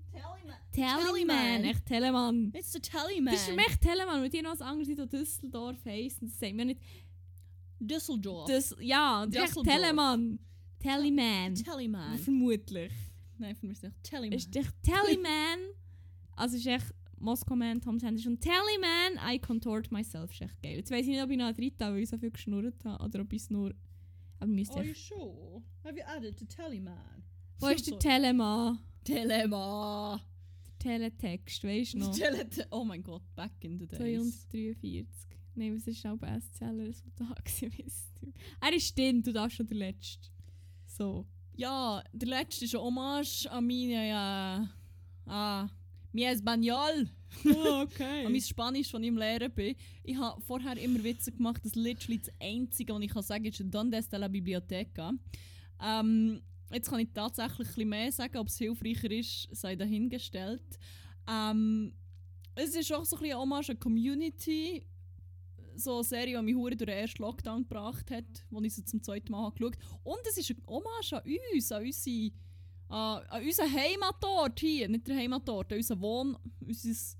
B: Telemann,
A: Telemann.
B: echt Telemann.
A: It's the Tellyman.
B: Das ist für mich Telemann, weil die noch was anderes sind, Düsseldorf heisst. Und das sagt mir nicht,
A: Düsseldorf.
B: das, ja, das ist echt
A: Düsseldorf.
B: Telemann. Telemann.
A: Tellyman.
B: Vermutlich.
A: [laughs] Nein, für mich ist es Tellyman.
B: ist echt Tellyman. also ist echt Moskau Man, Tom Sanders und Tellyman, I contort myself, ist echt geil. Jetzt weiss ich nicht, ob ich noch einen dritten habe, weil ich so viel geschnurrt habe, oder ob ich es nur... Aber müsste echt...
A: sure? Have you added to Tellyman?
B: Wo ist der Telemann?
A: Telemann?
B: Der Teletext, weisst du noch?
A: Telete oh mein Gott, back in the days.
B: 243. Nein, was ist auch bei SCL Resultat gewesen, weisst du. Er Ah, ist drin, du darfst schon der Letzte.
A: [laughs]
B: So.
A: Ja, der letzte ist ein Hommage an meine, ja, ah, mi Espanol. Ah,
B: okay.
A: an mein Spanisch, das ich im Lehren bin. Ich habe vorher immer Witze gemacht, dass literally das Einzige, was ich kann sagen kann, ist «Donde está la biblioteca?» ähm, Jetzt kann ich tatsächlich ein bisschen mehr sagen, ob es hilfreicher ist, sei dahingestellt. Ähm, es ist auch so ein bisschen eine Hommage an die Community. So eine Serie, die mich hure durch den ersten Lockdown gebracht hat, wo ich sie zum zweiten Mal habe geschaut habe. Und es ist eine Hommage an uns, an unsere... An, an unseren Heimatort hier, nicht der Heimatort, an unseren Wohn... Unseres,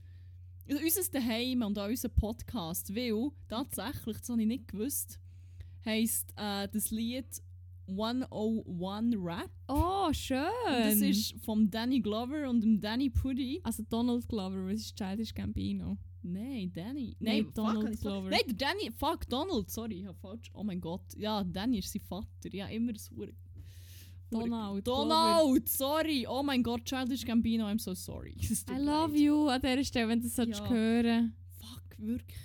A: also unser Daheim und auch unseren Podcast, weil tatsächlich, das habe ich nicht gewusst, heisst äh, das Lied 101 Rap.
B: Oh, schön.
A: Und das ist vom Danny Glover und dem Danny Puddy.
B: Also Donald Glover, was ist Childish Gambino?
A: Nein, Danny.
B: Nein,
A: Nein, fuck,
B: Donald
A: hab ich's-
B: Glover.
A: Nein, der Danny. Fuck, Donald, sorry, ich habe falsch. Oh mein Gott. Ja, Danny ist sein Vater. Ja, immer das Hure. Hure-
B: Donald. Glover.
A: Donald, sorry. Oh mein Gott, Childish Gambino, I'm so sorry. [laughs] Es tut
B: I love
A: leid.
B: you an dieser Stelle, wenn du das solltest
A: Ja.
B: hören.
A: Fuck, wirklich.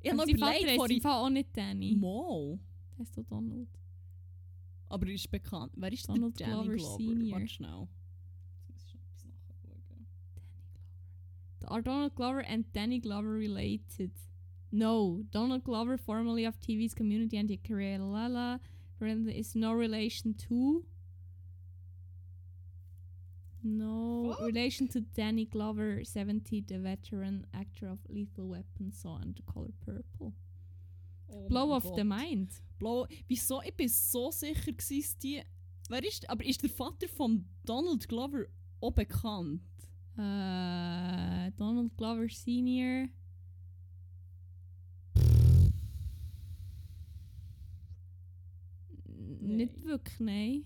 A: Ich habe
B: Und
A: noch
B: sein Vater
A: überlegt,
B: heisst im
A: vorhin.
B: Fall auch nicht Danny.
A: Mo.
B: Der heisst auch Donald.
A: Aber er ist bekannt. Wer ist
B: Donald
A: der Danny
B: Glover
A: Glover?
B: Senior.
A: Warte schnell. Jetzt muss ich noch etwas nachschauen.
B: Are Donald Glover and Danny Glover related? No. Donald Glover, formerly of TV's Community and Kerala, is no relation to. No
A: What?
B: relation to Danny Glover, 70, the veteran actor of Lethal Weapon, Saw, and The Color Purple.
A: Oh
B: Blow
A: mein
B: of the
A: Gott.
B: Mind.
A: Blow. Wieso? Ich bin so sicher, gewesen, dass die. Wer ist. Aber ist der Vater von Donald Glover auch bekannt?
B: Uh, Donald Glover Senior. N- Nicht
A: Nee.
B: wirklich, nein.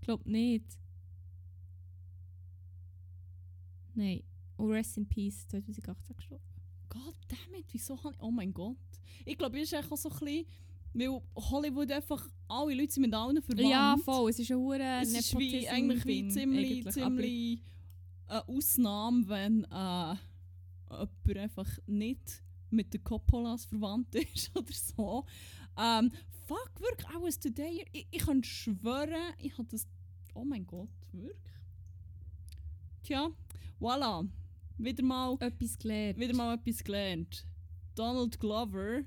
B: Glaub nicht. Nein. Oh, rest in peace, 2018 gestorben.
A: God damn it, wieso kann ich. Oh mein Gott. Ich glaube, ich ist echt auch so ein bisschen. Weil Hollywood einfach. Alle Leute sind mit allen verwandt.
B: Ja, voll, es ist ein hoher
A: Es ist wie, eigentlich Äh, wie ziemlich, ziemlich eine Ausnahme, wenn äh, jemand einfach nicht mit den Coppolas verwandt [laughs] ist oder so. Ähm, fuck, wirklich, auch ein Today. Ich, ich kann schwören, ich habe das. Oh mein Gott, wirklich. Tja, voilà. Wieder mal,
B: Etwas gelernt.
A: wieder mal etwas gelernt. Donald Glover,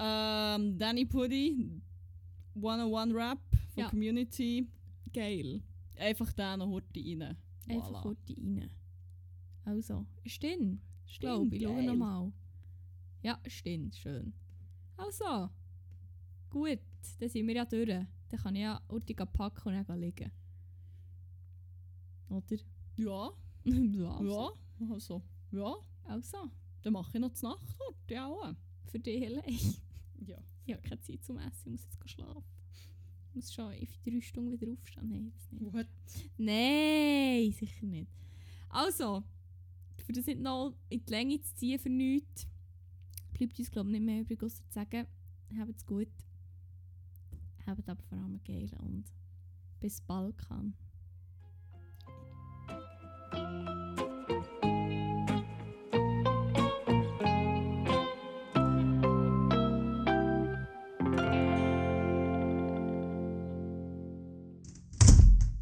A: ähm, Danny Puddy, 101 Rap von
B: Ja.
A: Community. Geil. Einfach da noch heute rein.
B: Einfach kurz rein. Also, ist drin. Ich glaube, ich schaue
A: geil.
B: nochmal. Ja, ist drin. Schön. Also, gut. Dann sind wir ja durch. Dann kann ich ja Urti packen und dann gehen liegen. Oder? [laughs]
A: Ja,
B: ja. Also.
A: ja. Also, ja.
B: also,
A: Dann mache ich noch die Nacht dort. Ja, auch.
B: für dich allein.
A: [laughs] Ja.
B: Ich habe keine Zeit zum Essen, ich muss jetzt gehen schlafen. Ich muss schon in drei Stunden wieder aufstehen. Nein, das nicht.
A: What?
B: Nein, sicher nicht. Also, für das nicht noch in die Länge zu ziehen für nichts, bleibt uns glaube ich nicht mehr übrig, außer zu sagen, habt es gut. Habt aber vor allem geil und bis bald kann.